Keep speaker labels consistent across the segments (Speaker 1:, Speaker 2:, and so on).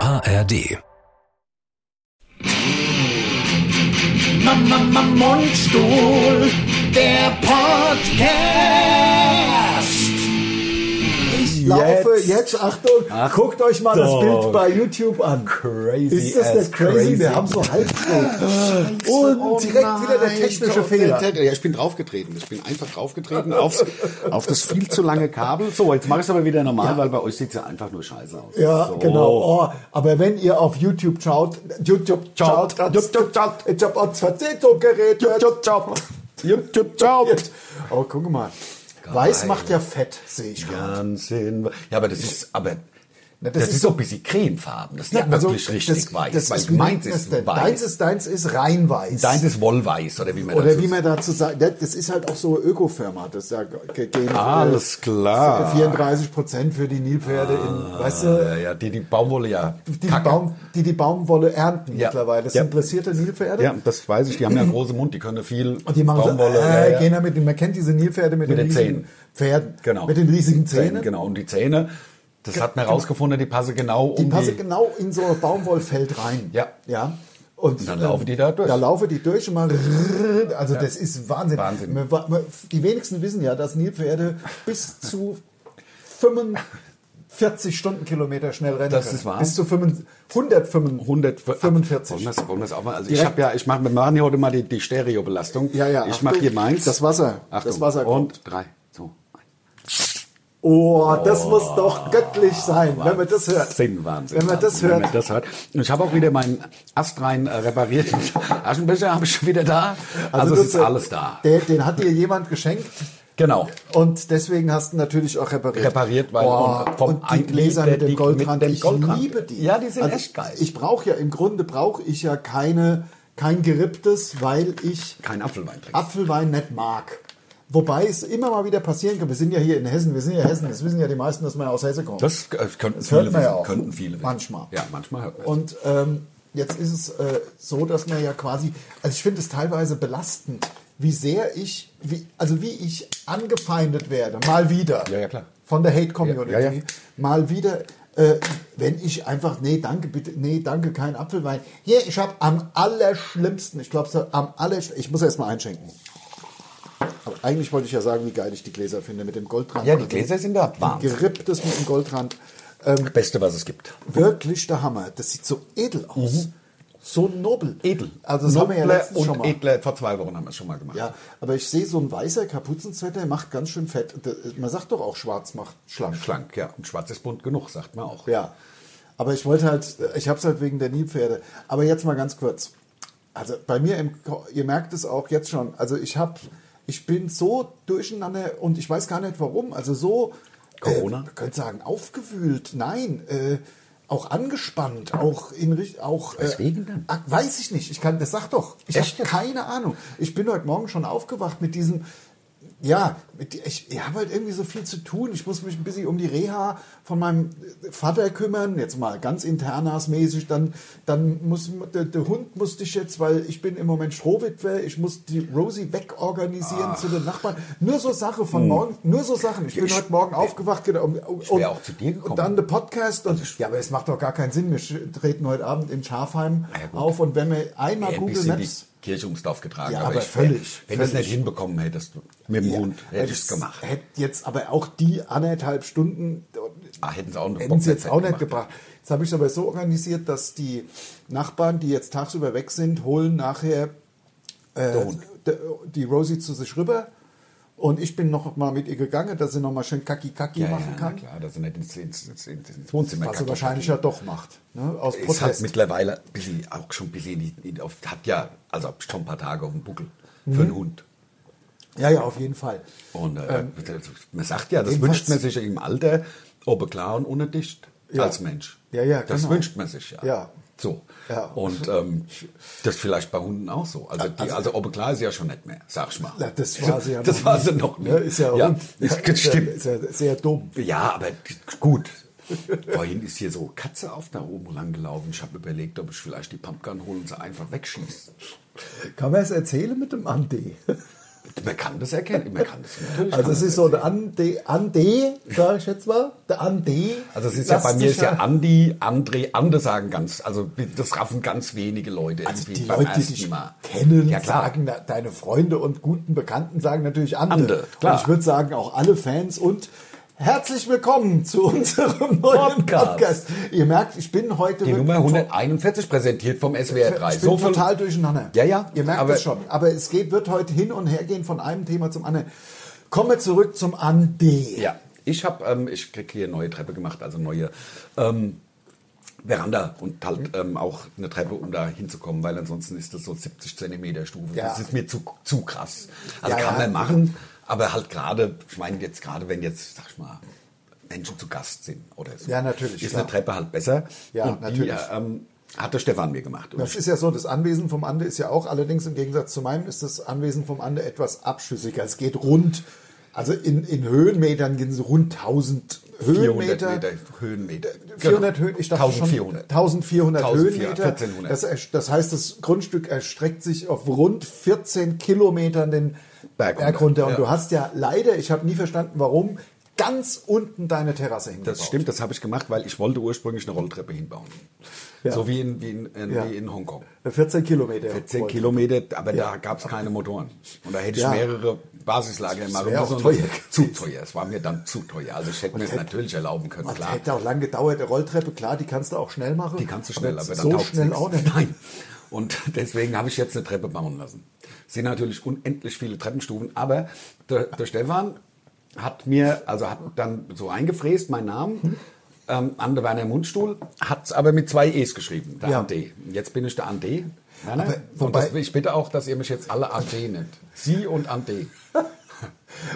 Speaker 1: ARD.
Speaker 2: Mama, Mama, Mundstuhl, der Podcast.
Speaker 3: Ich laufe jetzt, Achtung, guckt euch mal das Bild bei YouTube an.
Speaker 4: Crazy
Speaker 3: Ist das
Speaker 4: as
Speaker 3: nicht crazy?
Speaker 4: crazy.
Speaker 3: Wir haben so halb tot. Und
Speaker 2: Oh
Speaker 3: direkt wieder der Oh technische Fehler.
Speaker 2: Ja, ich bin draufgetreten. Ich bin einfach draufgetreten aufs, auf das viel zu lange Kabel. So, jetzt mache ich es aber wieder normal, weil bei euch sieht es ja einfach nur scheiße aus.
Speaker 3: Ja,
Speaker 2: so.
Speaker 3: genau. Oh, aber wenn ihr auf YouTube schaut, YouTube schaut,
Speaker 2: YouTube schaut.
Speaker 3: ich habe ans Verzehntung geredet.
Speaker 2: YouTube schaut. YouTube schaut.
Speaker 3: Oh, guck mal. Weiß macht ja fett, sehe ich gerade.
Speaker 2: Wahnsinn. Ja, aber das ist, aber
Speaker 3: Na,
Speaker 2: das,
Speaker 3: das
Speaker 2: ist
Speaker 3: ist-
Speaker 2: doch ein bisschen cremefarben. Das ist
Speaker 3: Ja,
Speaker 2: nicht
Speaker 3: also,
Speaker 2: wirklich richtig weiß.
Speaker 3: Das
Speaker 2: weil
Speaker 3: ist
Speaker 2: meins
Speaker 3: das
Speaker 2: ist
Speaker 3: denn?
Speaker 2: weiß.
Speaker 3: Deins ist, deins ist rein weiß.
Speaker 2: Deins ist wollweiß, oder wie man
Speaker 3: Oder
Speaker 2: dazu
Speaker 3: wie man dazu sagt, das das ist halt auch so eine Öko-Firma. Das ist ja ge- gehen
Speaker 2: Ah, Alles
Speaker 3: äh,
Speaker 2: klar. Ah,
Speaker 3: 34 Prozent für die Nilpferde in, weißt
Speaker 2: sagt. Ja,
Speaker 3: du,
Speaker 2: ja, die, die Baumwolle ja.
Speaker 3: die,
Speaker 2: Kacke.
Speaker 3: Baum, die die Baumwolle ernten
Speaker 2: Ja.
Speaker 3: mittlerweile. Das
Speaker 2: Ja.
Speaker 3: sind dressierte Nilpferde.
Speaker 2: Ja, das weiß ich. Die haben ja einen großen Mund, die können viel
Speaker 3: Und die machen
Speaker 2: Baumwolle.
Speaker 3: so, äh,
Speaker 2: ja, ja.
Speaker 3: gehen damit, man kennt diese Nilpferde mit,
Speaker 2: Mit
Speaker 3: den
Speaker 2: den
Speaker 3: riesigen
Speaker 2: Zähnen.
Speaker 3: Pferden,
Speaker 2: Genau.
Speaker 3: mit den riesigen Zähnen.
Speaker 2: Genau, und die Zähne, das hat man herausgefunden, die passen genau
Speaker 3: Die
Speaker 2: um
Speaker 3: passen genau in so ein Baumwollfeld rein.
Speaker 2: Ja.
Speaker 3: Ja. Und,
Speaker 2: dann laufen die da durch.
Speaker 3: Da laufen die durch und mal. rrrr. Also das ist Wahnsinn.
Speaker 2: Wahnsinn.
Speaker 3: Man wa- man- Die wenigsten wissen ja, dass Nilpferde bis zu 45 Stundenkilometer schnell rennen
Speaker 2: Das
Speaker 3: können.
Speaker 2: ist wahr.
Speaker 3: Bis zu 500,
Speaker 2: 145.
Speaker 3: 145.
Speaker 2: Wollen wir- wollen wir es auch mal? Also ich
Speaker 3: Direkt.
Speaker 2: habe ja, ich mache, wir machen hier heute mal die, die Stereobelastung.
Speaker 3: Ja, ja,
Speaker 2: Ich
Speaker 3: Achtung.
Speaker 2: mache hier meins.
Speaker 3: Das Wasser.
Speaker 2: Achtung.
Speaker 3: Das Wasser
Speaker 2: Und drei, zwei, eins.
Speaker 3: Oh, das muss doch göttlich sein, wenn man das hört.
Speaker 2: Wahnsinn, Wahnsinn.
Speaker 3: Wenn man das
Speaker 2: Wahnsinn,
Speaker 3: hört.
Speaker 2: Wenn man das hört. Und ich habe auch wieder meinen astrein äh, reparierten Aschenbecher habe ich schon wieder da. Also, es ist
Speaker 3: das, äh,
Speaker 2: alles da.
Speaker 3: Der, den hat dir jemand geschenkt.
Speaker 2: Genau.
Speaker 3: Und deswegen hast du natürlich auch repariert.
Speaker 2: Repariert, weil-
Speaker 3: oh,
Speaker 2: und
Speaker 3: und,
Speaker 2: vom
Speaker 3: die
Speaker 2: Ein-
Speaker 3: Gläser
Speaker 2: der-
Speaker 3: mit dem
Speaker 2: die-
Speaker 3: Goldrand,
Speaker 2: mit dem
Speaker 3: ich
Speaker 2: Goldrand.
Speaker 3: liebe die. Also
Speaker 2: Ja, die sind echt geil.
Speaker 3: Ich brauche ja, im Grunde brauche ich ja keine, kein geripptes, weil ich
Speaker 2: Kein Apfelwein trinken.
Speaker 3: Apfelwein nicht mag. Wobei es immer mal wieder passieren kann. Wir sind ja hier in Hessen, wir sind ja Hessen, das wissen ja die meisten, dass wir aus Hessen kommen.
Speaker 2: Das äh, könnten
Speaker 3: Das
Speaker 2: viele
Speaker 3: hört man ja
Speaker 2: wissen,
Speaker 3: auch.
Speaker 2: Könnten viele wissen.
Speaker 3: Manchmal.
Speaker 2: Ja, manchmal hört man es.
Speaker 3: Und ähm, jetzt ist es äh, so, dass man ja quasi, also ich finde es teilweise belastend, wie sehr ich, wie, also wie ich angefeindet werde, mal wieder.
Speaker 2: Ja, ja, klar.
Speaker 3: Von der Hate Community.
Speaker 2: Ja, ja, ja.
Speaker 3: Mal wieder, äh, wenn ich einfach, nee, danke, bitte, nee, danke, kein Apfelwein. Hier, ich habe am allerschlimmsten, ich glaube, am allerschlimmsten, ich muss erst mal einschenken. Aber eigentlich wollte ich ja sagen, wie geil ich die Gläser finde mit dem Goldrand.
Speaker 2: Ja, die Gläser sind da. Wahnsinn.
Speaker 3: Geripptes mit dem Goldrand.
Speaker 2: Beste, was es gibt.
Speaker 3: Wirklich der Hammer. Das sieht so edel aus. So nobel.
Speaker 2: Mhm. Edel.
Speaker 3: Also das haben wir ja
Speaker 2: Nobler
Speaker 3: letztens
Speaker 2: und
Speaker 3: schon mal.
Speaker 2: edler. Vor zwei Wochen haben wir es schon mal gemacht.
Speaker 3: Ja, aber ich sehe so ein weißer Kapuzenzwetter, der macht ganz schön fett. Da- Man sagt doch auch, schwarz macht schlank.
Speaker 2: Schlank, ja. Und schwarz ist bunt genug, sagt man auch.
Speaker 3: Ja. Aber ich wollte halt, ich habe es halt wegen der Nilpferde. Aber jetzt mal ganz kurz. Also bei mir, im, Ko- ihr merkt es auch jetzt schon. Also ich habe, ich bin so durcheinander und ich weiß gar nicht warum. Also so.
Speaker 2: Corona?
Speaker 3: Äh, man könnte sagen, aufgewühlt. Nein. Äh, auch angespannt, auch in Richt- auch.
Speaker 2: Weswegen
Speaker 3: äh,
Speaker 2: denn?
Speaker 3: ah, Weiß ich nicht. Ich kann, das sag doch. Ich
Speaker 2: Echt
Speaker 3: habe keine Ahnung. Ich bin heute Morgen schon aufgewacht mit diesem. Ja, mit, ich, ich habe halt irgendwie so viel zu tun. Ich muss mich ein bisschen um die Reha von meinem äh, Vater kümmern. Jetzt mal ganz internasmäßig. Dann, dann muss der, der Hund musste ich jetzt, weil ich bin im Moment Strohwitwe. Ich muss die Rosie wegorganisieren zu den Nachbarn. Nur so Sache von morgen. Nur so Sachen. Ich bin
Speaker 2: Hm. ich-
Speaker 3: heute Morgen aufgewacht. genau, Um, um,
Speaker 2: wäre auch zu dir gekommen. Also
Speaker 3: Und dann der Podcast. Und, ja, aber es macht doch gar keinen Sinn. Wir sch- treten heute Abend in Schafheim
Speaker 2: Ja, gut.
Speaker 3: auf. Und wenn wir einmal
Speaker 2: Wär ein
Speaker 3: Google
Speaker 2: bisschen Äh, die
Speaker 3: Maps...
Speaker 2: Kirche ums Dorf getragen.
Speaker 3: Ja, aber völlig,
Speaker 2: Wenn du es
Speaker 3: völlig.
Speaker 2: nicht hinbekommen hättest, mit dem Hund, hätte ich es gemacht.
Speaker 3: Hätte jetzt aber auch die anderthalb Stunden
Speaker 2: Ah, hätten sie auch eine
Speaker 3: hätten sie jetzt
Speaker 2: Bockzeit
Speaker 3: auch nicht
Speaker 2: gemacht.
Speaker 3: gebracht. Jetzt habe ich es aber so organisiert, dass die Nachbarn, die jetzt tagsüber weg sind, holen nachher äh,
Speaker 2: Hund.
Speaker 3: d- die Rosie zu sich rüber. Und ich bin noch mal mit ihr gegangen, dass sie noch mal schön Kaki-Kaki
Speaker 2: Ja, ja,
Speaker 3: machen
Speaker 2: na
Speaker 3: kann.
Speaker 2: klar, dass sie nicht ins, ins, ins, ins, ins Wohnzimmer
Speaker 3: was sie
Speaker 2: kacken.
Speaker 3: wahrscheinlich ja doch macht. Ne? Aus
Speaker 2: Ist halt
Speaker 3: Protest.
Speaker 2: mittlerweile ein bisschen, auch schon ein bisschen, in die- in- auf, hat ja, also schon ein paar Tage auf dem Buckel für
Speaker 3: Mhm.
Speaker 2: einen Hund.
Speaker 3: ja, ja, auf jeden Fall.
Speaker 2: Und äh, man sagt ja, das
Speaker 3: Ähm, jedenfalls-
Speaker 2: wünscht man sich im Alter, ob klar und ohne dicht
Speaker 3: Ja.
Speaker 2: als Mensch.
Speaker 3: Ja, ja,
Speaker 2: Das
Speaker 3: genau.
Speaker 2: wünscht man sich ja.
Speaker 3: Ja.
Speaker 2: So.
Speaker 3: Ja.
Speaker 2: Und ähm, das ist vielleicht bei Hunden auch so. Also, die, also ob klar ist ja schon nicht mehr, sag ich mal.
Speaker 3: Na, das war sie ja
Speaker 2: Das
Speaker 3: noch
Speaker 2: war
Speaker 3: nicht.
Speaker 2: sie noch nicht.
Speaker 3: Ne? Ist ja,
Speaker 2: ja.
Speaker 3: rund.
Speaker 2: Das,
Speaker 3: ist ja-
Speaker 2: stimmt.
Speaker 3: Ist ja sehr dumm.
Speaker 2: Ja, aber gut. Vorhin ist hier so Katze auf da oben langgelaufen. Ich habe überlegt, ob ich vielleicht die Pumpgun holen und sie einfach wegschieße.
Speaker 3: Kann man es erzählen mit dem Andi?
Speaker 2: Man kann das erkennen. Man kann das natürlich.
Speaker 3: Also
Speaker 2: kann
Speaker 3: es
Speaker 2: das
Speaker 3: ist so der Ande, Ande sage ich jetzt mal, der Ande.
Speaker 2: Also es ist ja bei mir ist ja Andi, André, Ande sagen ganz, also das raffen ganz wenige Leute
Speaker 3: Also
Speaker 2: irgendwie
Speaker 3: die
Speaker 2: beim
Speaker 3: Leute, die
Speaker 2: ersten
Speaker 3: dich
Speaker 2: Mal.
Speaker 3: kennen,
Speaker 2: Ja, klar.
Speaker 3: sagen na- deine Freunde und guten Bekannten sagen natürlich Ande.
Speaker 2: Ande, klar.
Speaker 3: Und ich würde sagen auch alle Fans und herzlich willkommen zu unserem neuen
Speaker 2: Podcast.
Speaker 3: Podcast. Ihr merkt, ich bin heute
Speaker 2: Die
Speaker 3: wirklich
Speaker 2: Nummer
Speaker 3: schon-
Speaker 2: 141 präsentiert vom SWR 3.
Speaker 3: Ich bin
Speaker 2: von-
Speaker 3: total durcheinander.
Speaker 2: Ja, ja,
Speaker 3: Ihr merkt
Speaker 2: aber-
Speaker 3: es schon. Aber es geht, wird heute hin und her gehen von einem Thema zum anderen. Kommen wir zurück zum Ande.
Speaker 2: Ja, ich habe, ähm, ich krieg hier neue Treppe gemacht, also neue ähm, Veranda und halt
Speaker 3: Mhm.
Speaker 2: ähm, auch eine Treppe, um da hinzukommen, weil ansonsten ist das so 70 Zentimeter Stufen.
Speaker 3: Ja.
Speaker 2: Das ist mir zu, zu krass. Also
Speaker 3: Ja,
Speaker 2: kann
Speaker 3: ja.
Speaker 2: man machen, aber halt gerade, ich meine jetzt gerade, wenn jetzt, sag ich mal, Menschen zu Gast sind oder so,
Speaker 3: Ja, natürlich,
Speaker 2: ist
Speaker 3: klar.
Speaker 2: eine Treppe halt besser.
Speaker 3: Ja,
Speaker 2: und Die,
Speaker 3: natürlich.
Speaker 2: äh, ähm, hat der Stefan mir gemacht. Und
Speaker 3: Das ist ja so, das Anwesen vom Ande ist ja auch, allerdings im Gegensatz zu meinem, ist das Anwesen vom Ande etwas abschüssiger. Es geht rund, also in, in Höhenmetern gehen sie rund 1000 Höhenmeter.
Speaker 2: Meter Höhenmeter.
Speaker 3: 400 Höhen, ich dachte
Speaker 2: 1400.
Speaker 3: schon 1400 Höhenmeter.
Speaker 2: 1400.
Speaker 3: Das, ersch- das heißt, das Grundstück erstreckt sich auf rund 14 Kilometern den
Speaker 2: Berg
Speaker 3: Berg,
Speaker 2: runter,
Speaker 3: runter. Und
Speaker 2: ja.
Speaker 3: du hast ja leider, ich habe nie verstanden, warum, ganz unten deine Terrasse hingebaut.
Speaker 2: Das stimmt, das habe ich gemacht, weil ich wollte ursprünglich eine Rolltreppe hinbauen.
Speaker 3: Ja.
Speaker 2: So wie in, wie in, in,
Speaker 3: Ja.
Speaker 2: wie in Hongkong.
Speaker 3: 14 Äh, Kilometer.
Speaker 2: 14
Speaker 3: Rollen.
Speaker 2: Kilometer, aber
Speaker 3: Ja.
Speaker 2: da gab es keine Motoren. Und da hätte ich
Speaker 3: Ja.
Speaker 2: mehrere Basislager machen
Speaker 3: wär
Speaker 2: müssen.
Speaker 3: auch
Speaker 2: und das-
Speaker 3: teuer
Speaker 2: Zu teuer. Es war mir dann zu teuer. Also ich hätte mir es
Speaker 3: hätte-
Speaker 2: natürlich erlauben können,
Speaker 3: Und
Speaker 2: klar.
Speaker 3: hätte auch lang gedauert, eine Rolltreppe, klar, die kannst du auch schnell machen.
Speaker 2: Die kannst du schnell, aber dann
Speaker 3: so
Speaker 2: taugt's
Speaker 3: schnell
Speaker 2: nix.
Speaker 3: auch nicht.
Speaker 2: Nein. Und deswegen habe ich jetzt eine Treppe bauen lassen. Es sind natürlich unendlich viele Treppenstufen, aber der, der Stefan hat mir, also hat dann so eingefräst, mein Name,
Speaker 3: Mhm.
Speaker 2: ähm, Ande Werner Mundstuhl, hat es aber mit zwei E's geschrieben, der
Speaker 3: Ja.
Speaker 2: Ande. Jetzt bin ich der Ande. Werner.
Speaker 3: Aber
Speaker 2: und das,
Speaker 3: wobei-
Speaker 2: ich bitte auch, dass ihr mich jetzt alle Ande nennt. Sie und Ande.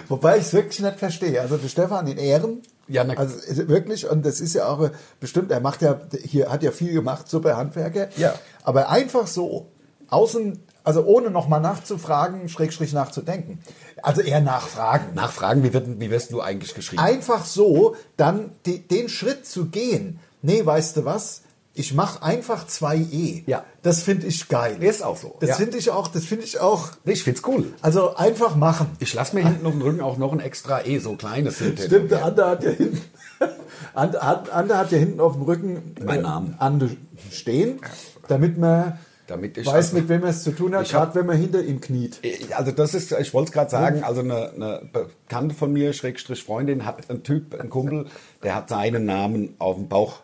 Speaker 3: Wobei ich es wirklich nicht verstehe. Also der Stefan in Ehren.
Speaker 2: Ja, na-
Speaker 3: also wirklich, und das ist ja auch äh, bestimmt, er macht ja, hier hat ja viel gemacht, super Handwerker.
Speaker 2: Ja.
Speaker 3: Aber einfach so, außen, also ohne nochmal nachzufragen, Schrägstrich nachzudenken. Also eher nachfragen.
Speaker 2: Nachfragen, wie, wird, wie wirst du eigentlich geschrieben?
Speaker 3: Einfach so, dann die, den Schritt zu gehen. Nee, weißt du was? Ich mache einfach 2E.
Speaker 2: Ja.
Speaker 3: Das finde ich geil.
Speaker 2: Ist auch so,
Speaker 3: Das
Speaker 2: ja.
Speaker 3: finde ich auch, das finde ich auch,
Speaker 2: ich find's cool.
Speaker 3: also einfach machen.
Speaker 2: Ich lasse mir hinten auf dem Rücken auch noch ein extra E, so kleines hinten.
Speaker 3: Stimmt, der Ander hat ja hinten, Ander, hat- Ander hat ja hinten auf dem Rücken
Speaker 2: Mein
Speaker 3: äh,
Speaker 2: Name.
Speaker 3: Ande stehen, damit man
Speaker 2: Damit ich
Speaker 3: weiß,
Speaker 2: das-
Speaker 3: mit wem er es zu tun hat,
Speaker 2: Ich hab-
Speaker 3: gerade wenn man hinter ihm kniet.
Speaker 2: Also das ist, ich wollte es gerade sagen, also eine, eine Bekannte von mir, Schrägstrich Freundin, hat einen Typ, einen Kumpel, der hat seinen Namen auf dem Bauch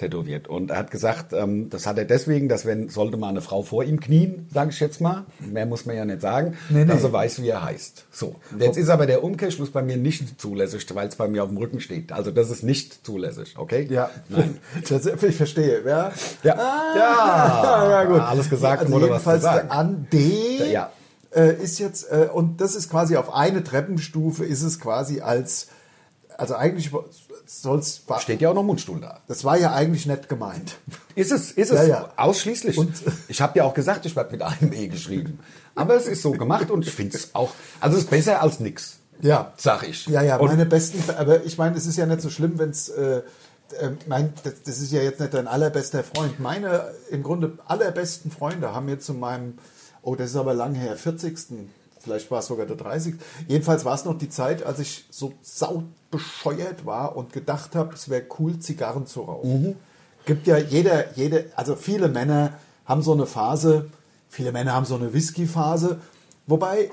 Speaker 2: tätowiert. Und er hat gesagt, ähm, das hat er deswegen, dass wenn, sollte mal eine Frau vor ihm knien, sage ich jetzt mal, mehr muss man ja nicht sagen,
Speaker 3: Nee, Oh. nee.
Speaker 2: dass er weiß, wie er heißt. So, Und jetzt ist aber der Umkehrschluss bei mir nicht zulässig, weil es bei mir auf dem Rücken steht. Also das ist nicht zulässig, okay?
Speaker 3: Ja,
Speaker 2: Nein.
Speaker 3: Das, ich verstehe. Ja, Ah.
Speaker 2: Ja. Ja.
Speaker 3: ja gut.
Speaker 2: Alles gesagt,
Speaker 3: also
Speaker 2: ohne was zu
Speaker 3: jedenfalls
Speaker 2: sagen.
Speaker 3: der Ande
Speaker 2: Ja.
Speaker 3: äh, ist jetzt, äh, und das ist quasi auf eine Treppenstufe, ist es quasi als, also eigentlich soll es,
Speaker 2: Steht ja auch noch Mundstuhl da.
Speaker 3: das war ja eigentlich nett gemeint.
Speaker 2: Ist es, ist es
Speaker 3: Ja, ja.
Speaker 2: ausschließlich.
Speaker 3: Und-
Speaker 2: ich habe ja auch gesagt, ich werde mit einem E geschrieben. Aber es ist so gemacht und ich finde es auch. Also es ist besser als nix,
Speaker 3: Ja.
Speaker 2: sag ich.
Speaker 3: Ja, ja,
Speaker 2: und
Speaker 3: meine besten, aber ich meine, es ist ja nicht so schlimm, wenn es, äh, äh, mein, das, das ist ja jetzt nicht dein allerbester Freund. Meine im Grunde allerbesten Freunde haben mir zu meinem, oh, das ist aber lang her, 40. Vielleicht war es sogar der 30. Jedenfalls war es noch die Zeit, als ich so saubescheuert war und gedacht habe, es wäre cool, Zigarren zu rauchen. Gibt ja jeder, jede, also viele Männer haben so eine Phase, viele Männer haben so eine Whisky-Phase, wobei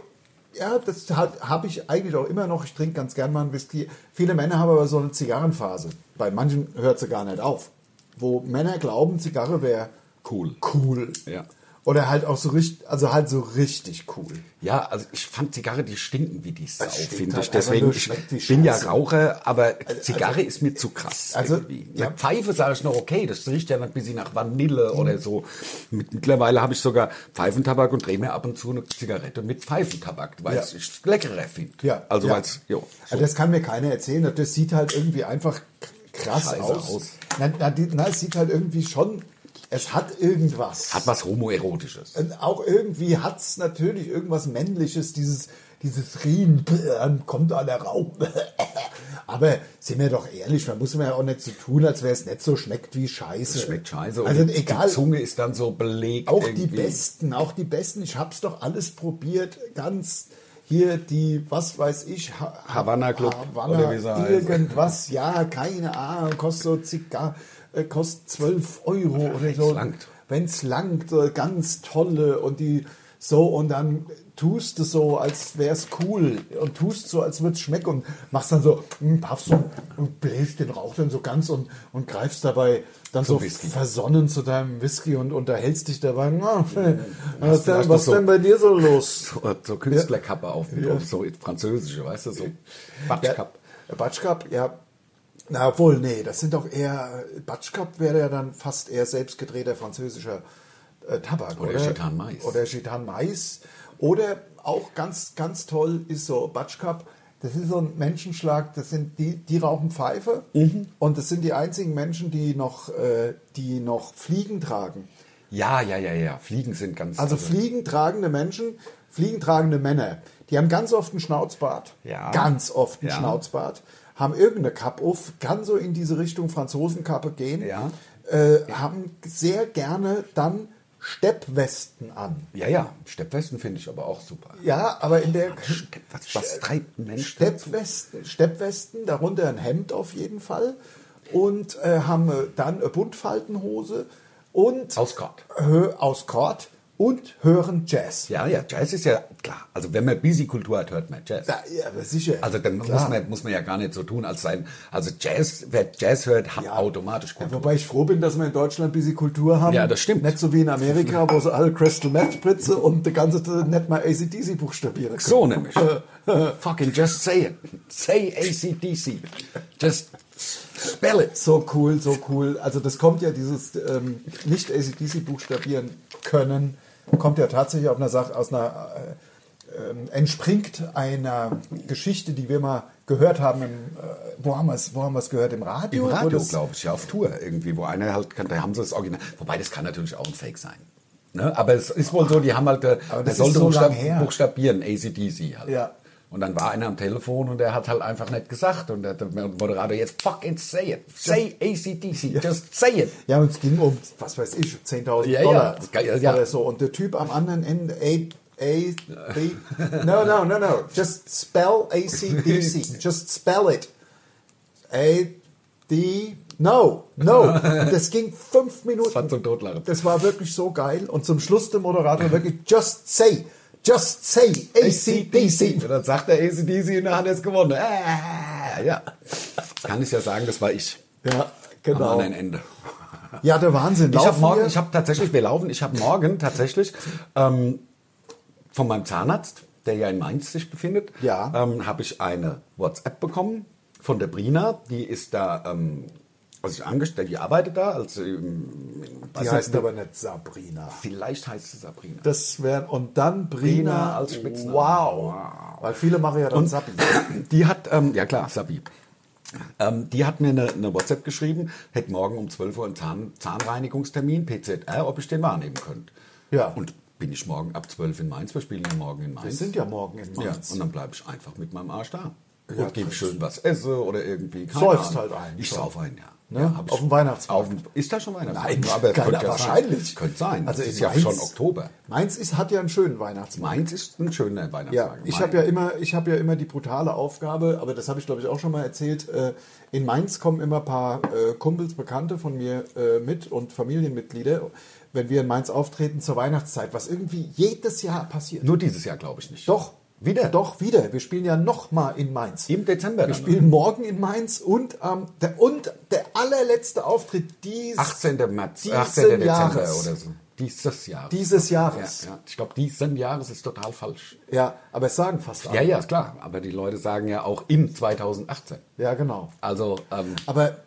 Speaker 3: ja, das habe ich eigentlich auch immer noch. Ich trinke ganz gern mal einen Whisky. Viele Männer haben aber so eine Zigarrenphase. Bei manchen hört sie gar nicht auf. Wo Männer glauben, Zigarre wäre
Speaker 2: Cool.
Speaker 3: cool.
Speaker 2: Ja.
Speaker 3: Oder halt auch so richtig, also halt so richtig cool.
Speaker 2: ja, also ich fand Zigarre, die stinken wie die Sau,
Speaker 3: stinkt
Speaker 2: finde
Speaker 3: halt einfach
Speaker 2: ich. Deswegen,
Speaker 3: nur,
Speaker 2: ich
Speaker 3: schmeckt wie
Speaker 2: bin ja
Speaker 3: Scheiße.
Speaker 2: Raucher, aber Zigarre ist mir zu krass.
Speaker 3: also,
Speaker 2: irgendwie.
Speaker 3: ja. Mhm.
Speaker 2: Eine Pfeife sage ich noch, okay, das riecht ja dann ein bisschen nach Vanille oder so. Mit, mittlerweile habe ich sogar Pfeifentabak und drehe mir ab und zu eine Zigarette mit Pfeifentabak, weil
Speaker 3: Ja.
Speaker 2: ich es leckerer finde.
Speaker 3: Ja,
Speaker 2: Also
Speaker 3: ja.
Speaker 2: weil es, jo.
Speaker 3: Also das kann mir keiner erzählen. Das sieht halt irgendwie einfach k- krass
Speaker 2: Scheiße
Speaker 3: aus.
Speaker 2: aus.
Speaker 3: Na, na, die, na, es sieht halt irgendwie schon, es hat irgendwas.
Speaker 2: Hat was Homoerotisches.
Speaker 3: Und auch irgendwie hat es natürlich irgendwas Männliches, dieses, dieses Rien, bäh, dann kommt einer Raum. Aber sind wir doch ehrlich, man muss mir ja auch nicht so tun, als wäre es nicht so schmeckt wie Scheiße.
Speaker 2: Es schmeckt scheiße.
Speaker 3: Also
Speaker 2: und
Speaker 3: egal.
Speaker 2: Die Zunge ist dann so belegt.
Speaker 3: Auch die
Speaker 2: irgendwie.
Speaker 3: besten, auch die besten. Ich hab's doch alles probiert. Ganz hier die, was weiß ich, ha
Speaker 2: Havanna Club
Speaker 3: Havanna,
Speaker 2: oder wie sie heißt.
Speaker 3: irgendwas, ja, keine Ahnung, kostet so Zigar, äh, kostet 12 Euro oder so.
Speaker 2: langt.
Speaker 3: Wenn's langt, äh, ganz tolle und die so und dann tust du so, als wär's cool und tust so, als würd's schmecken und machst dann so, mm, puffst und, und bläst den Rauch dann so ganz und, und greifst dabei dann so
Speaker 2: Whisky.
Speaker 3: versonnen zu deinem Whisky und unterhältst dich dabei. Na, was
Speaker 2: du- hast
Speaker 3: denn,
Speaker 2: du
Speaker 3: was
Speaker 2: so-
Speaker 3: denn bei dir so los?
Speaker 2: So, so Künstlerkappe auf, auf so französische, weißt du, so Batschkapp.
Speaker 3: Ja, Batschkap, ja. Na wohl, nee, das sind doch eher. Batschkap wäre ja dann fast eher selbstgedrehter französischer äh, Tabak,
Speaker 2: Oder
Speaker 3: oder?
Speaker 2: Gitan Mais.
Speaker 3: Oder Gitan Mais. Oder auch ganz, ganz toll ist so Batschkap. Das ist so ein Menschenschlag, das sind die, die rauchen Pfeife
Speaker 2: Mhm.
Speaker 3: und das sind die einzigen Menschen, die noch, äh, die noch Fliegen tragen.
Speaker 2: Ja, ja, ja, ja. Fliegen sind ganz.
Speaker 3: Also fliegentragende Menschen, fliegentragende Männer, die haben ganz oft einen Schnauzbart.
Speaker 2: Ja.
Speaker 3: Ganz oft einen
Speaker 2: Ja.
Speaker 3: Schnauzbart. Haben irgendeine Kapuff, kann so in diese Richtung Franzosenkappe gehen.
Speaker 2: Ja.
Speaker 3: Äh, haben sehr gerne dann Steppwesten an.
Speaker 2: ja, ja. Steppwesten finde ich aber auch super.
Speaker 3: Ja, aber in der
Speaker 2: Was, was treibt ein Mensch?
Speaker 3: Steppwesten, Steppwesten, darunter ein Hemd auf jeden Fall. Und äh, haben äh, dann eine Buntfaltenhose und
Speaker 2: Ausgott.
Speaker 3: hö- aus Kord und hören Jazz.
Speaker 2: Ja, ja, Jazz ist ja klar. Also wenn man Busy-Kultur hat, hört man Jazz.
Speaker 3: Ja, ja, aber sicher.
Speaker 2: Also dann
Speaker 3: Klar.
Speaker 2: muss man, muss man ja gar nicht so tun, als sein. Also Jazz, wer Jazz hört, hat
Speaker 3: Ja.
Speaker 2: automatisch Kultur.
Speaker 3: Wobei ich froh bin, dass wir in Deutschland ein bisschen Kultur haben.
Speaker 2: Ja, das stimmt.
Speaker 3: Nicht so wie in Amerika, wo sie alle Crystal Meth Spritze und die ganze Zeit nicht mal ACDC buchstabieren können.
Speaker 2: So nämlich. Fucking just say it. Say ACDC. Just spell it.
Speaker 3: So cool, so cool. Also das kommt ja dieses ähm, nicht ACDC buchstabieren können, kommt ja tatsächlich auf einer Sache, aus einer, äh, ähm, entspringt einer Geschichte, die wir mal gehört haben, im, äh, wo haben wir es, wo haben wir es gehört, im Radio?
Speaker 2: Im
Speaker 3: wo
Speaker 2: Radio,
Speaker 3: das-
Speaker 2: glaube ich, ja, auf Tour irgendwie, wo einer halt kann, da haben sie das Original. Wobei das kann natürlich auch ein Fake sein. Ne? Aber es ist wohl so, die haben halt, äh,
Speaker 3: Aber
Speaker 2: der
Speaker 3: das
Speaker 2: sollte
Speaker 3: ist so
Speaker 2: buchstab
Speaker 3: lang her.
Speaker 2: buchstabieren, ACDC halt.
Speaker 3: Ja.
Speaker 2: Und dann war einer am Telefon und der hat halt einfach nicht gesagt. Und der, der Moderator jetzt, fucking say it. Say ACDC, just say it.
Speaker 3: Ja, und es ging um, was weiß ich, 10.000
Speaker 2: Ja, ja.
Speaker 3: Dollar
Speaker 2: Das kann- ja, ja.
Speaker 3: oder so. Und der Typ am anderen Ende, A, A, B, no, no, no, no, just spell ACDC, just spell it. A, D, no, no. Und das ging fünf Minuten.
Speaker 2: Das war zum Totlachen.
Speaker 3: Das war wirklich so geil. Und zum Schluss der Moderator wirklich, just say, just say ACDC.
Speaker 2: Und dann sagt er ACDC und dann hat er es gewonnen. Ah, ja. Kann ich ja sagen, das war ich.
Speaker 3: Ja,
Speaker 2: Am
Speaker 3: genau.
Speaker 2: anderen Ende.
Speaker 3: Ja, der Wahnsinn.
Speaker 2: Oh, Ich habe
Speaker 3: Laufen
Speaker 2: morgen,
Speaker 3: wir?
Speaker 2: ich habe tatsächlich, wir laufen, ich habe morgen tatsächlich ähm, von meinem Zahnarzt, der ja in Mainz sich befindet,
Speaker 3: Ja.
Speaker 2: ähm, habe ich eine WhatsApp bekommen von der Brina, die ist da, ähm, also ich angestellt, die arbeitet da, also ähm,
Speaker 3: Die
Speaker 2: weiß
Speaker 3: heißt
Speaker 2: nicht,
Speaker 3: aber nicht Sabrina.
Speaker 2: vielleicht heißt sie Sabrina.
Speaker 3: Das wären und dann Brina,
Speaker 2: Brina als Spitzname.
Speaker 3: Wow. Weil viele machen ja dann Sappi.
Speaker 2: Die hat, ähm, ja klar, Sabi. Ähm, die hat mir eine, eine WhatsApp geschrieben, hätte morgen um 12 Uhr einen Zahn, Zahnreinigungstermin, PZR, ob ich den wahrnehmen könnte.
Speaker 3: Ja.
Speaker 2: Und bin ich morgen ab 12 in Mainz, wir spielen ja morgen in
Speaker 3: Wir
Speaker 2: Mainz.
Speaker 3: sind ja morgen in
Speaker 2: ja,
Speaker 3: Mainz.
Speaker 2: und dann bleibe ich einfach mit meinem Arsch da.
Speaker 3: Ja,
Speaker 2: und gebe
Speaker 3: das-
Speaker 2: schön was esse oder irgendwie. Keine
Speaker 3: Säufst
Speaker 2: Ahnung.
Speaker 3: halt ein.
Speaker 2: Ich
Speaker 3: So.
Speaker 2: sauf ein, ja.
Speaker 3: Ne?
Speaker 2: ja hab
Speaker 3: Auf dem Weihnachtsmarkt.
Speaker 2: Auf dem, ist da schon Weihnachtsmarkt?
Speaker 3: Nein,
Speaker 2: aber
Speaker 3: keine-
Speaker 2: könnte ja
Speaker 3: wahrscheinlich.
Speaker 2: Sein. Könnte sein. Also
Speaker 3: Also
Speaker 2: es ist
Speaker 3: in
Speaker 2: ja
Speaker 3: Mainz-
Speaker 2: schon Oktober.
Speaker 3: Mainz ist, hat ja einen schönen Weihnachtsmarkt.
Speaker 2: Mainz ist ein schöner
Speaker 3: Ja,
Speaker 2: Weihnachtsmarkt.
Speaker 3: ich habe ja immer, ich habe ja immer die brutale Aufgabe, aber das habe ich glaube ich auch schon mal erzählt. Äh, in Mainz kommen immer ein paar äh, Kumpels, Bekannte von mir äh, mit und Familienmitglieder, wenn wir in Mainz auftreten zur Weihnachtszeit, was irgendwie jedes Jahr passiert.
Speaker 2: Nur dieses Jahr glaube ich nicht.
Speaker 3: Doch
Speaker 2: Wieder?
Speaker 3: Doch wieder. Wir spielen ja noch mal in Mainz.
Speaker 2: Im
Speaker 3: Wir
Speaker 2: Dezember dann, ne?
Speaker 3: spielen morgen in Mainz und, ähm, der, und der allerletzte Auftritt dies,
Speaker 2: 18. März,
Speaker 3: Diesen
Speaker 2: 18. Dezember
Speaker 3: Jahres.
Speaker 2: oder so. Dieses Jahres.
Speaker 3: dieses
Speaker 2: ja,
Speaker 3: Jahres. Ja,
Speaker 2: ja. Ich glaube, diesen Jahres ist total falsch.
Speaker 3: aber es sagen fast alle.
Speaker 2: Ja, ja, ist klar. Aber die Leute sagen ja auch im 2018.
Speaker 3: Ja, genau.
Speaker 2: Also, ähm,
Speaker 3: Aber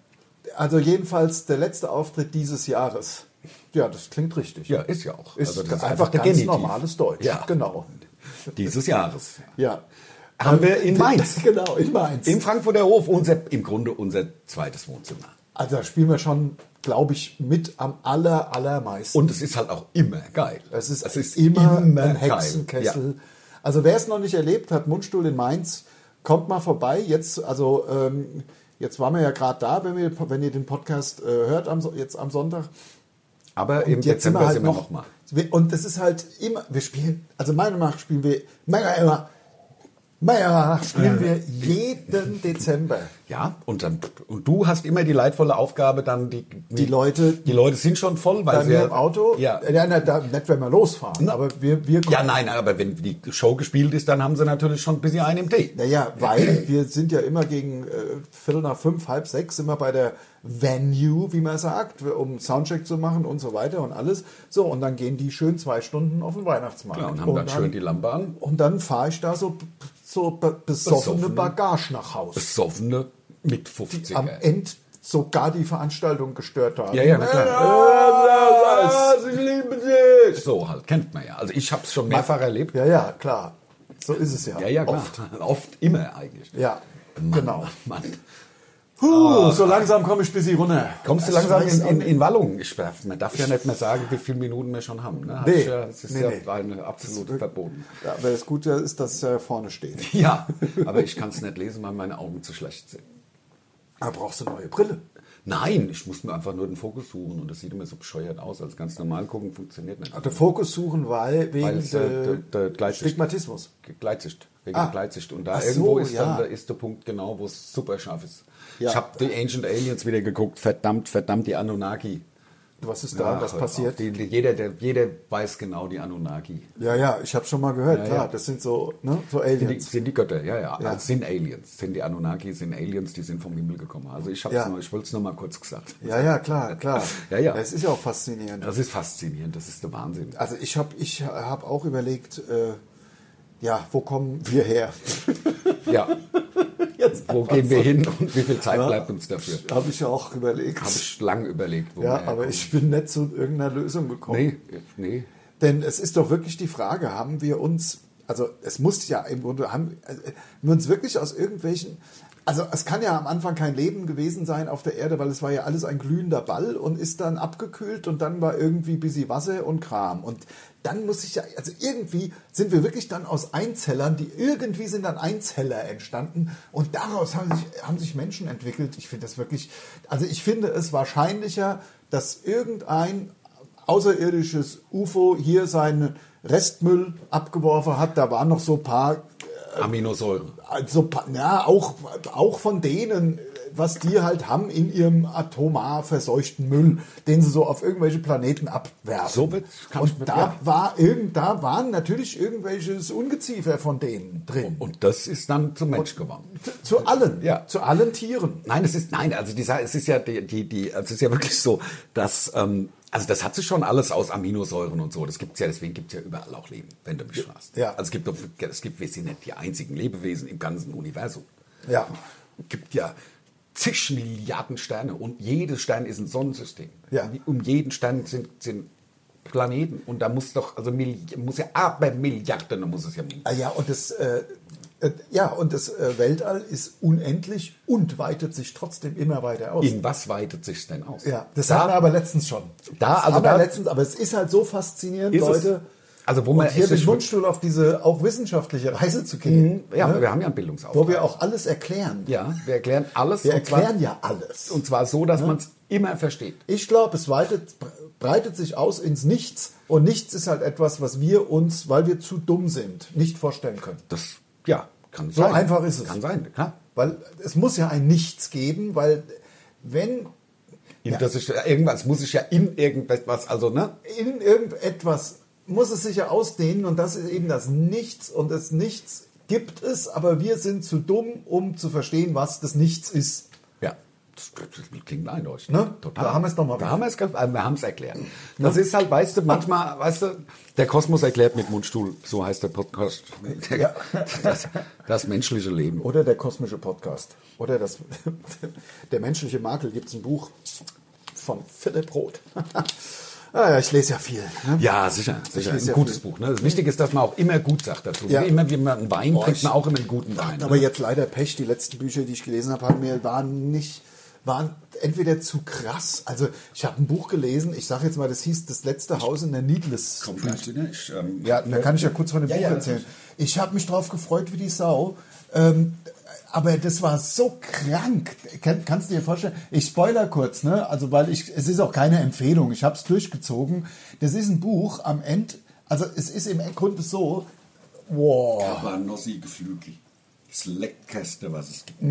Speaker 3: also jedenfalls der letzte Auftritt dieses Jahres. Ja, das klingt richtig.
Speaker 2: ja, ist ja auch.
Speaker 3: Ist,
Speaker 2: also,
Speaker 3: einfach, ganz
Speaker 2: Genitiv.
Speaker 3: normales Deutsch.
Speaker 2: Ja,
Speaker 3: Genau.
Speaker 2: dieses Jahres.
Speaker 3: Ja. Ähm,
Speaker 2: Haben wir in Mainz.
Speaker 3: genau, in Mainz.
Speaker 2: Im Frankfurter Hof, unser, im Grunde unser zweites Wohnzimmer.
Speaker 3: also da spielen wir schon, glaube ich, mit am aller, allermeisten.
Speaker 2: Und es ist halt auch immer geil.
Speaker 3: Es ist, immer, ein
Speaker 2: geil.
Speaker 3: Hexenkessel. Also wer es noch nicht erlebt hat, Mundstuhl in Mainz, kommt mal vorbei. Jetzt, also ähm, jetzt waren wir ja gerade da, wenn, wir, wenn ihr den Podcast äh, hört am, So- jetzt am Sonntag.
Speaker 2: Aber im
Speaker 3: Und jetzt sind wir
Speaker 2: Dezember
Speaker 3: halt
Speaker 2: sind wir
Speaker 3: noch,
Speaker 2: nochmal.
Speaker 3: Wir- Und das ist halt immer, wir spielen, also meiner Meinung nach spielen wir, meiner Meinung nach- meiner Meinung nach spielen wir jeden Dezember.
Speaker 2: Ja, und, dann, und du hast immer die leidvolle Aufgabe, dann die,
Speaker 3: Die Leute-
Speaker 2: Die Leute sind schon voll, weil
Speaker 3: Bei
Speaker 2: sie
Speaker 3: mir
Speaker 2: ja-
Speaker 3: im Auto,
Speaker 2: Ja.
Speaker 3: ja, na, da, nicht wenn wir losfahren,
Speaker 2: Na.
Speaker 3: aber wir, wir
Speaker 2: ja, nein, aber wenn die Show gespielt ist, dann haben sie natürlich schon ein bisschen einen im Tee.
Speaker 3: Naja, weil wir sind ja immer gegen äh, Viertel nach fünf, halb sechs sind wir bei der Venue, wie man sagt, um Soundcheck zu machen und so weiter und alles. So, und dann gehen die schön zwei Stunden auf den Weihnachtsmarkt.
Speaker 2: Klar, und haben dann, schön die Lampe an.
Speaker 3: Und dann fahre ich da so, so be- besoffene
Speaker 2: Besoffen.
Speaker 3: Bagage nach Haus.
Speaker 2: Besoffene mit 50
Speaker 3: Am Ende sogar die Veranstaltung gestört haben.
Speaker 2: Ja, ja, na klar. ich liebe dich. So halt, kennt man ja. Also ich habe es schon mehrfach erlebt.
Speaker 3: ja, ja, klar. So ist es ja.
Speaker 2: Ja, ja, klar.
Speaker 3: Oft.
Speaker 2: Oft, immer eigentlich.
Speaker 3: Ja, genau.
Speaker 2: Mann.
Speaker 3: Puh, so langsam komme ich bis hier runter.
Speaker 2: Kommst du
Speaker 3: Ich
Speaker 2: langsam
Speaker 3: weiß
Speaker 2: in,
Speaker 3: auch
Speaker 2: in, in Wallung? Ich, darf- man darf ja nicht mehr sagen, wie viele Minuten wir schon haben. Ne? Hab
Speaker 3: Nee.
Speaker 2: ich ja, das ist
Speaker 3: Nee,
Speaker 2: ja
Speaker 3: nee.
Speaker 2: eine absolute verboten.
Speaker 3: Ja, aber das Gute ist, dass er vorne steht.
Speaker 2: Ja, aber ich kann es nicht lesen, weil meine Augen zu schlecht sind.
Speaker 3: Da brauchst du neue Brille.
Speaker 2: Nein, ich muss mir einfach nur den Fokus suchen und das sieht immer so bescheuert aus. Also ganz normal gucken funktioniert nicht.
Speaker 3: Also Fokus suchen, weil wegen
Speaker 2: Weil es, äh,
Speaker 3: äh,
Speaker 2: der- der Gleitsicht-
Speaker 3: Stigmatismus.
Speaker 2: Gleitsicht, wegen
Speaker 3: Ah.
Speaker 2: ah. Gleitsicht. Und da
Speaker 3: Ach so,
Speaker 2: irgendwo ist,
Speaker 3: ja.
Speaker 2: dann, der- ist der Punkt genau, wo es super scharf ist.
Speaker 3: Ja.
Speaker 2: Ich habe die Ancient Aliens wieder geguckt. Verdammt, verdammt, die Anunnaki.
Speaker 3: Was ist da?
Speaker 2: Ja,
Speaker 3: was
Speaker 2: hör auf.
Speaker 3: passiert?
Speaker 2: Die, die, jeder, der, jeder weiß genau die Anunnaki.
Speaker 3: Ja, ja, ich habe schon mal gehört.
Speaker 2: Ja,
Speaker 3: klar,
Speaker 2: ja.
Speaker 3: das sind so, ne, so
Speaker 2: Sind die,
Speaker 3: Aliens.
Speaker 2: sind die Götter, ja, ja.
Speaker 3: Ja.
Speaker 2: Also sind Aliens. Sind die Anunnaki, sind Aliens, die sind vom Himmel gekommen. Also ich, hab's
Speaker 3: Ja.
Speaker 2: nur- ich wollte es nur mal kurz gesagt.
Speaker 3: Ja, ja, klar, klar.
Speaker 2: Ja, Also- ja.
Speaker 3: Das ist ja auch faszinierend.
Speaker 2: Das ist faszinierend, das ist der Wahnsinn.
Speaker 3: Also ich habe ich hab auch überlegt, äh, ja, wo kommen wir her?
Speaker 2: Ja,
Speaker 3: Jetzt
Speaker 2: wo gehen wir hin und wie viel Zeit bleibt uns dafür?
Speaker 3: Habe ich ja auch überlegt.
Speaker 2: Habe ich lang überlegt. Wo
Speaker 3: ja,
Speaker 2: wir
Speaker 3: aber
Speaker 2: herkommen.
Speaker 3: ich bin nicht zu irgendeiner Lösung gekommen.
Speaker 2: Nee, nee.
Speaker 3: Denn es ist doch wirklich die Frage, haben wir uns, also es muss ja im Grunde, haben äh, wir uns wirklich aus irgendwelchen, also es kann ja am Anfang kein Leben gewesen sein auf der Erde, weil es war ja alles ein glühender Ball und ist dann abgekühlt und dann war irgendwie busy Wasser und Kram. Und dann muss ich ja, also irgendwie sind wir wirklich dann aus Einzellern, die irgendwie sind dann Einzeller entstanden und daraus haben sich, haben sich Menschen entwickelt. Ich finde das wirklich, also ich finde es wahrscheinlicher, dass irgendein außerirdisches UFO hier seinen Restmüll abgeworfen hat. Da waren noch so ein paar,
Speaker 2: Aminosäuren.
Speaker 3: also, pa- ja, auch, auch von denen, was die halt haben in ihrem atomar verseuchten Müll, den sie so auf irgendwelche Planeten abwerfen.
Speaker 2: So wird's- kann
Speaker 3: Und
Speaker 2: ich mir-
Speaker 3: da,
Speaker 2: ja.
Speaker 3: war irgend, da waren natürlich irgendwelches Ungeziefer von denen drin.
Speaker 2: Und das ist dann zum Mensch geworden.
Speaker 3: Zu- zu allen,
Speaker 2: Ja.
Speaker 3: zu allen Tieren.
Speaker 2: Nein, es ist, nein, also die, Sa- es ist ja, die, die, die, also es ist ja wirklich so, dass, ähm, also das hat sich schon alles aus Aminosäuren und so. Das gibt's ja, deswegen gibt's ja überall auch Leben, wenn du mich fragst.
Speaker 3: Ja.
Speaker 2: Also es gibt, doch- es gibt, wir sind nicht die einzigen Lebewesen im ganzen Universum.
Speaker 3: Ja.
Speaker 2: Es gibt ja zig Milliarden Sterne und jedes Stern ist ein Sonnensystem.
Speaker 3: Ja.
Speaker 2: Um jeden Stern sind, sind Planeten und da muss doch, also Milli- muss ja, aber Milliarden, da muss es ja
Speaker 3: Ah Ja, und das, äh, äh, ja, und das äh, Weltall ist unendlich und weitet sich trotzdem immer weiter aus.
Speaker 2: In was weitet sich denn aus?
Speaker 3: ja, das
Speaker 2: Da-
Speaker 3: hatten wir aber letztens schon.
Speaker 2: Da,
Speaker 3: das
Speaker 2: also
Speaker 3: haben wir
Speaker 2: da-
Speaker 3: letztens, aber es ist halt so faszinierend,
Speaker 2: Ist es-
Speaker 3: Leute.
Speaker 2: also wo man
Speaker 3: und hier
Speaker 2: echt-
Speaker 3: den Wunschstuhl auf diese auch wissenschaftliche Reise zu gehen,
Speaker 2: Mhm, Ja,
Speaker 3: ne?
Speaker 2: aber wir haben ja einen Bildungsauftrag.
Speaker 3: wo wir auch alles erklären.
Speaker 2: ja, wir erklären alles.
Speaker 3: Wir
Speaker 2: und zwar-
Speaker 3: erklären ja alles.
Speaker 2: Und zwar so, dass man es immer versteht.
Speaker 3: Ich glaube, es weitet, breitet sich aus ins Nichts und Nichts ist halt etwas, was wir uns, weil wir zu dumm sind, nicht vorstellen können.
Speaker 2: Das, ja, kann
Speaker 3: So
Speaker 2: sein.
Speaker 3: einfach ist es.
Speaker 2: Kann sein, klar.
Speaker 3: Weil es muss ja ein Nichts geben, weil wenn
Speaker 2: In, Das ist, ja irgendwas muss ich ja in irgendetwas, also, ne?
Speaker 3: in irgendetwas muss es sich ja ausdehnen und das ist eben das Nichts und das Nichts gibt es, aber wir sind zu dumm, um zu verstehen, was das Nichts ist.
Speaker 2: Ja. Das das klingt eindeutig.
Speaker 3: Ne?
Speaker 2: Total.
Speaker 3: Da haben wir's noch mal
Speaker 2: Da
Speaker 3: wieder.
Speaker 2: haben wir's ge- äh, wir es erklärt. Das ist halt, weißt du, manchmal, weißt du, der Kosmos erklärt mit Mundstuhl, so heißt der Podcast,
Speaker 3: Ja.
Speaker 2: das, das menschliche Leben.
Speaker 3: Oder der kosmische Podcast. Oder das Der menschliche Makel gibt es ein Buch von Philipp Roth. ah, ja, ich lese ja viel. Ne?
Speaker 2: Ja, sicher, sicher.
Speaker 3: lese
Speaker 2: Ein
Speaker 3: ja
Speaker 2: gutes
Speaker 3: viel.
Speaker 2: Buch. Ne? Das Wichtige ist, dass man auch immer gut sagt dazu.
Speaker 3: Ja.
Speaker 2: Immer, wenn man einen Wein
Speaker 3: Boah,
Speaker 2: trinkt,
Speaker 3: ich-
Speaker 2: man auch immer einen guten Wein.
Speaker 3: Aber
Speaker 2: ne?
Speaker 3: jetzt leider Pech. Die letzten Bücher, die ich gelesen habe, haben mir, waren nicht waren entweder zu krass. Also ich habe ein Buch gelesen, ich sage jetzt mal, das hieß Das letzte Haus in der Needless
Speaker 2: Kommt gleich wieder. Ich, ähm,
Speaker 3: Ja, da kann ich ja kurz von dem
Speaker 2: Ja,
Speaker 3: Buch
Speaker 2: ja,
Speaker 3: erzählen. Ich habe mich drauf gefreut wie die Sau, Ähm, aber das war so krank. Kann, kannst du dir vorstellen? Ich spoiler kurz, ne? Also, weil ich, es ist auch keine Empfehlung. Ich habe es durchgezogen. Das ist ein Buch am Ende. Also, es ist im Grunde so, wow.
Speaker 2: Cabanossi-Geflügel. Das leckerste, was es gibt.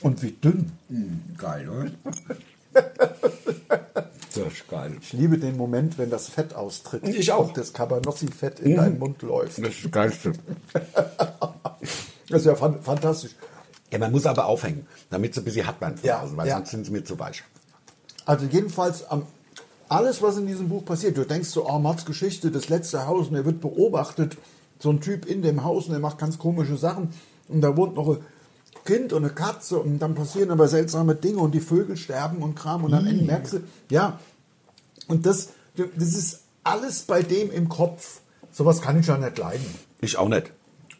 Speaker 3: Und wie dünn.
Speaker 2: Mm, geil, oder? das ist geil.
Speaker 3: Ich liebe den Moment, wenn das Fett austritt.
Speaker 2: Ich auch.
Speaker 3: Und das Cabanossi-Fett in deinen Mund läuft.
Speaker 2: Das ist das Geilste.
Speaker 3: Das ist ja fan fantastisch.
Speaker 2: Ja, man muss aber aufhängen, damit es ein bisschen hart werden von
Speaker 3: Ja,
Speaker 2: außen, weil
Speaker 3: ja.
Speaker 2: sonst sind sie mir zu weich.
Speaker 3: Also jedenfalls am alles, was in diesem Buch passiert. Du denkst so, oh, Mats Geschichte, das letzte Haus, und er wird beobachtet. So ein Typ in dem Haus und er macht ganz komische Sachen. Und da wohnt noch ein Kind und eine Katze und dann passieren aber seltsame Dinge und die Vögel sterben und Kram und am Ende merkst du, ja. Und das, das ist alles bei dem im Kopf. Sowas kann ich ja nicht leiden.
Speaker 2: Ich auch nicht.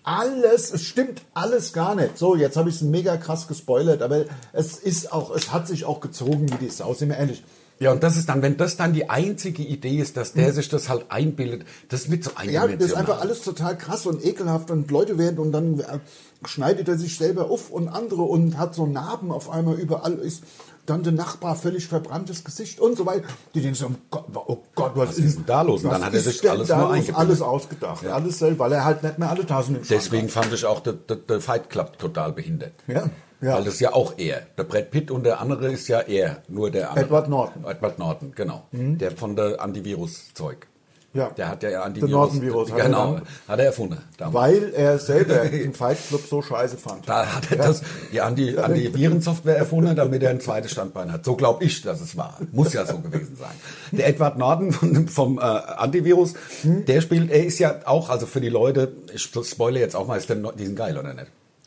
Speaker 3: Alles, es stimmt alles gar nicht. So, jetzt habe ich es mega krass gespoilert, aber es ist auch, es hat sich auch gezogen wie die Sau, sind wir ehrlich.
Speaker 2: Ja, und das ist dann, wenn das dann die einzige Idee ist, dass der sich das halt einbildet, das ist nicht so
Speaker 3: Ja,
Speaker 2: eindimensional.
Speaker 3: das ist einfach alles total krass und ekelhaft und Leute werden und dann äh, schneidet er sich selber auf und andere und hat so Narben auf einmal überall, ist dann der Nachbar völlig verbranntes Gesicht und so weiter. Die denken so, oh Gott, oh Gott was,
Speaker 2: ist denn da los? Und
Speaker 3: was
Speaker 2: dann hat er
Speaker 3: ist
Speaker 2: sich
Speaker 3: denn
Speaker 2: alles
Speaker 3: da
Speaker 2: nur
Speaker 3: los?
Speaker 2: eingebildet.
Speaker 3: Alles ausgedacht, alles selber, weil er halt nicht mehr alle Tassen im Schrank
Speaker 2: Deswegen fand ich auch der, der, der Fight Club total behindert.
Speaker 3: Ja, ja.
Speaker 2: Weil das ist ja auch er. Der Brad Pitt und der andere ist ja er, nur der andere.
Speaker 3: Edward Norton.
Speaker 2: Edward Norton, genau. Der von der Antivirus-Zeug.
Speaker 3: Ja.
Speaker 2: Der hat ja ja Antivirus.
Speaker 3: Der Norton-Virus hat er
Speaker 2: Genau,
Speaker 3: dann-
Speaker 2: hat er erfunden.
Speaker 3: hat.
Speaker 2: Damals.
Speaker 3: Weil er selber den Fight Club so scheiße fand.
Speaker 2: Da hat er das, die Anti, Antivirensoftware erfunden, damit er ein zweites Standbein hat. So glaube ich, dass es war. Muss ja so gewesen sein. Der Edward Norton von, vom äh, Antivirus,
Speaker 3: Hm?
Speaker 2: der spielt, er ist ja auch, also für die Leute, ich spoilere jetzt auch mal, ist der, Nor- die sind geil, oder nicht?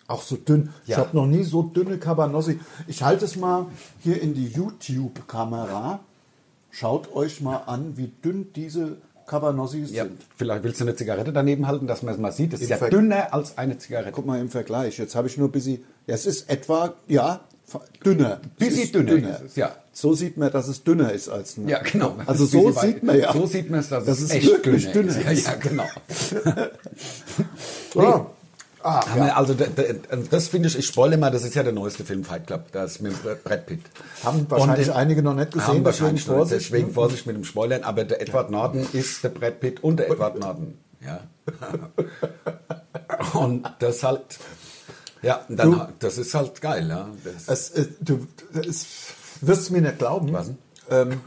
Speaker 3: Auch so dünn. Ich
Speaker 2: Ja.
Speaker 3: habe noch nie so dünne Cabanossi. Ich halte es mal hier in die YouTube-Kamera. Schaut euch mal an, wie dünn diese Cabanossis
Speaker 2: Ja,
Speaker 3: sind.
Speaker 2: vielleicht willst du eine Zigarette daneben halten, dass man es mal sieht. Es ist
Speaker 3: Im
Speaker 2: ja
Speaker 3: Ver-
Speaker 2: dünner als eine Zigarette.
Speaker 3: Guck mal im Vergleich. Jetzt habe ich nur ein bisschen. Ja, es ist etwa, ja, fa- dünner. Es
Speaker 2: Bisschen
Speaker 3: ist
Speaker 2: dünner ist es, ja.
Speaker 3: So sieht man, dass es dünner ist als eine.
Speaker 2: Ja, genau. Das
Speaker 3: Also
Speaker 2: ist ein
Speaker 3: so
Speaker 2: bisschen
Speaker 3: sieht
Speaker 2: wei-
Speaker 3: man ja.
Speaker 2: So sieht man es, dass
Speaker 3: Das
Speaker 2: es
Speaker 3: ist
Speaker 2: echt
Speaker 3: wirklich
Speaker 2: dünner
Speaker 3: dünner
Speaker 2: ist.
Speaker 3: ist.
Speaker 2: Ja, ja, genau.
Speaker 3: Ja. Ah,
Speaker 2: Haben wir also, d- d- das finde ich, ich spoilere mal, das ist ja der neueste Film Fight Club, das mit dem Brad Pitt.
Speaker 3: Haben wahrscheinlich
Speaker 2: Und, äh,
Speaker 3: einige noch nicht gesehen,
Speaker 2: Haben
Speaker 3: deswegen
Speaker 2: wahrscheinlich deswegen Vorsicht,
Speaker 3: Vorsicht,
Speaker 2: deswegen
Speaker 3: ne?
Speaker 2: Vorsicht mit dem Spoilern, aber der Edward Norton ist der Brad Pitt und der Edward Norton. Ja. und das halt, ja, und dann, das ist halt geil. Ja.
Speaker 3: Es,
Speaker 2: Das,
Speaker 3: äh, du es, wirst es mir nicht glauben.
Speaker 2: Was?
Speaker 3: Ähm,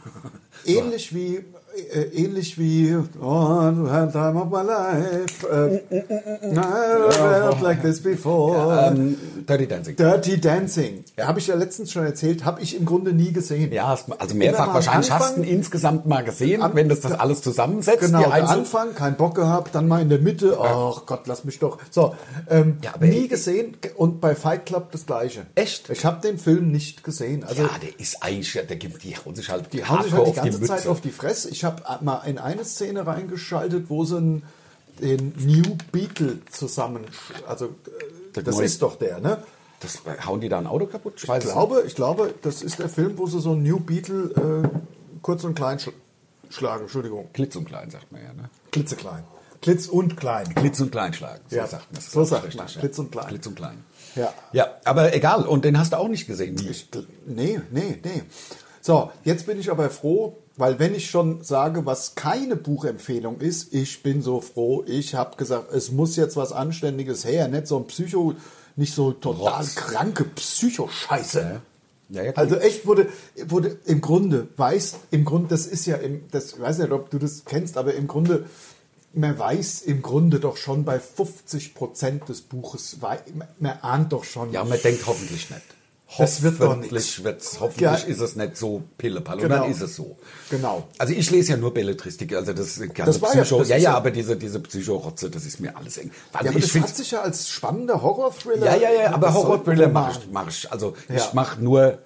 Speaker 3: ähnlich wie äh, ähnlich wie One Time of My Life.
Speaker 2: Mm,
Speaker 3: Äh, never felt like this before.
Speaker 2: ähm, Dirty Dancing.
Speaker 3: Dirty Dancing. Habe ich ja letztens schon erzählt, habe ich im Grunde nie gesehen.
Speaker 2: Ja, hast, also
Speaker 3: Immer mal
Speaker 2: mehrfach
Speaker 3: Genau, am
Speaker 2: wahrscheinlich
Speaker 3: Anfang-
Speaker 2: hast du ihn insgesamt mal gesehen,
Speaker 3: Am-
Speaker 2: wenn das das alles zusammensetzt.
Speaker 3: Genau,
Speaker 2: die
Speaker 3: der
Speaker 2: Einzel-
Speaker 3: Anfang, kein Bock gehabt, dann mal in der Mitte, ach Gott, lass mich doch. So, ähm,
Speaker 2: Ja, aber
Speaker 3: nie
Speaker 2: ey-
Speaker 3: gesehen und bei Fight Club das Gleiche.
Speaker 2: Echt?
Speaker 3: Ich habe den Film nicht gesehen. Also,
Speaker 2: ja, der ist eigentlich, der gibt, die hauen sich halt
Speaker 3: Die hauen sich halt die
Speaker 2: hardcore
Speaker 3: ganze Zeit auf die Fresse. Ich habe mal in eine Szene reingeschaltet, wo sie einen, den New Beetle zusammen. Also, äh,
Speaker 2: Der
Speaker 3: das
Speaker 2: neue-
Speaker 3: ist doch der, ne?
Speaker 2: Das, hauen die da ein Auto kaputt? Ich weiß
Speaker 3: Ich
Speaker 2: es
Speaker 3: glaube, ich glaube, das ist der Film, wo sie so einen New Beetle äh, kurz und klein schl schlagen. Entschuldigung.
Speaker 2: nicht. Klitz und klein, sagt man ja. Ne?
Speaker 3: Klitzeklein. Klitz und klein.
Speaker 2: Klitz und klein schlagen, so
Speaker 3: Ja,
Speaker 2: sagt man. Das
Speaker 3: so
Speaker 2: ist
Speaker 3: sagt
Speaker 2: richtig,
Speaker 3: man,
Speaker 2: ja.
Speaker 3: Klitz und klein.
Speaker 2: Klitz und klein.
Speaker 3: Ja.
Speaker 2: Ja, aber egal. Und den hast du auch nicht gesehen. nie.
Speaker 3: Ich, gl- nee, nee, nee. So, jetzt bin ich aber froh, weil wenn ich schon sage, was keine Buchempfehlung ist, ich bin so froh, ich habe gesagt, es muss jetzt was Anständiges her, nicht so ein Psycho, nicht so total
Speaker 2: Rotz.
Speaker 3: kranke Psychoscheiße.
Speaker 2: Ja, ja,
Speaker 3: Also echt wurde, wurde im Grunde, weiß, im Grunde, das ist ja, im, das, ich weiß nicht, ob du das kennst, aber im Grunde, man weiß im Grunde doch schon bei 50 Prozent des Buches, wei- man, man ahnt doch schon,
Speaker 2: ja, man denkt hoffentlich nicht.
Speaker 3: Das wird doch
Speaker 2: Hoffentlich
Speaker 3: nix.
Speaker 2: wird's, hoffentlich
Speaker 3: Ja.
Speaker 2: ist es nicht so Pillepalle. Und
Speaker 3: Genau.
Speaker 2: dann ist es so.
Speaker 3: genau.
Speaker 2: Also ich lese ja nur Belletristik, also das ganze
Speaker 3: Das war ja-
Speaker 2: Psycho.
Speaker 3: das
Speaker 2: Ja, ja,
Speaker 3: ist ja-
Speaker 2: aber diese, diese Psycho-Rotze, das ist mir alles eng. Also
Speaker 3: ja, aber
Speaker 2: ich
Speaker 3: das
Speaker 2: find's-
Speaker 3: hat sich ja als spannender Horror-Thriller.
Speaker 2: Ja, ja, ja, aber
Speaker 3: Das
Speaker 2: Horror-Thriller
Speaker 3: sollte man
Speaker 2: mache ich, mach ich. Also
Speaker 3: Ja. Mhm.
Speaker 2: ich mache nur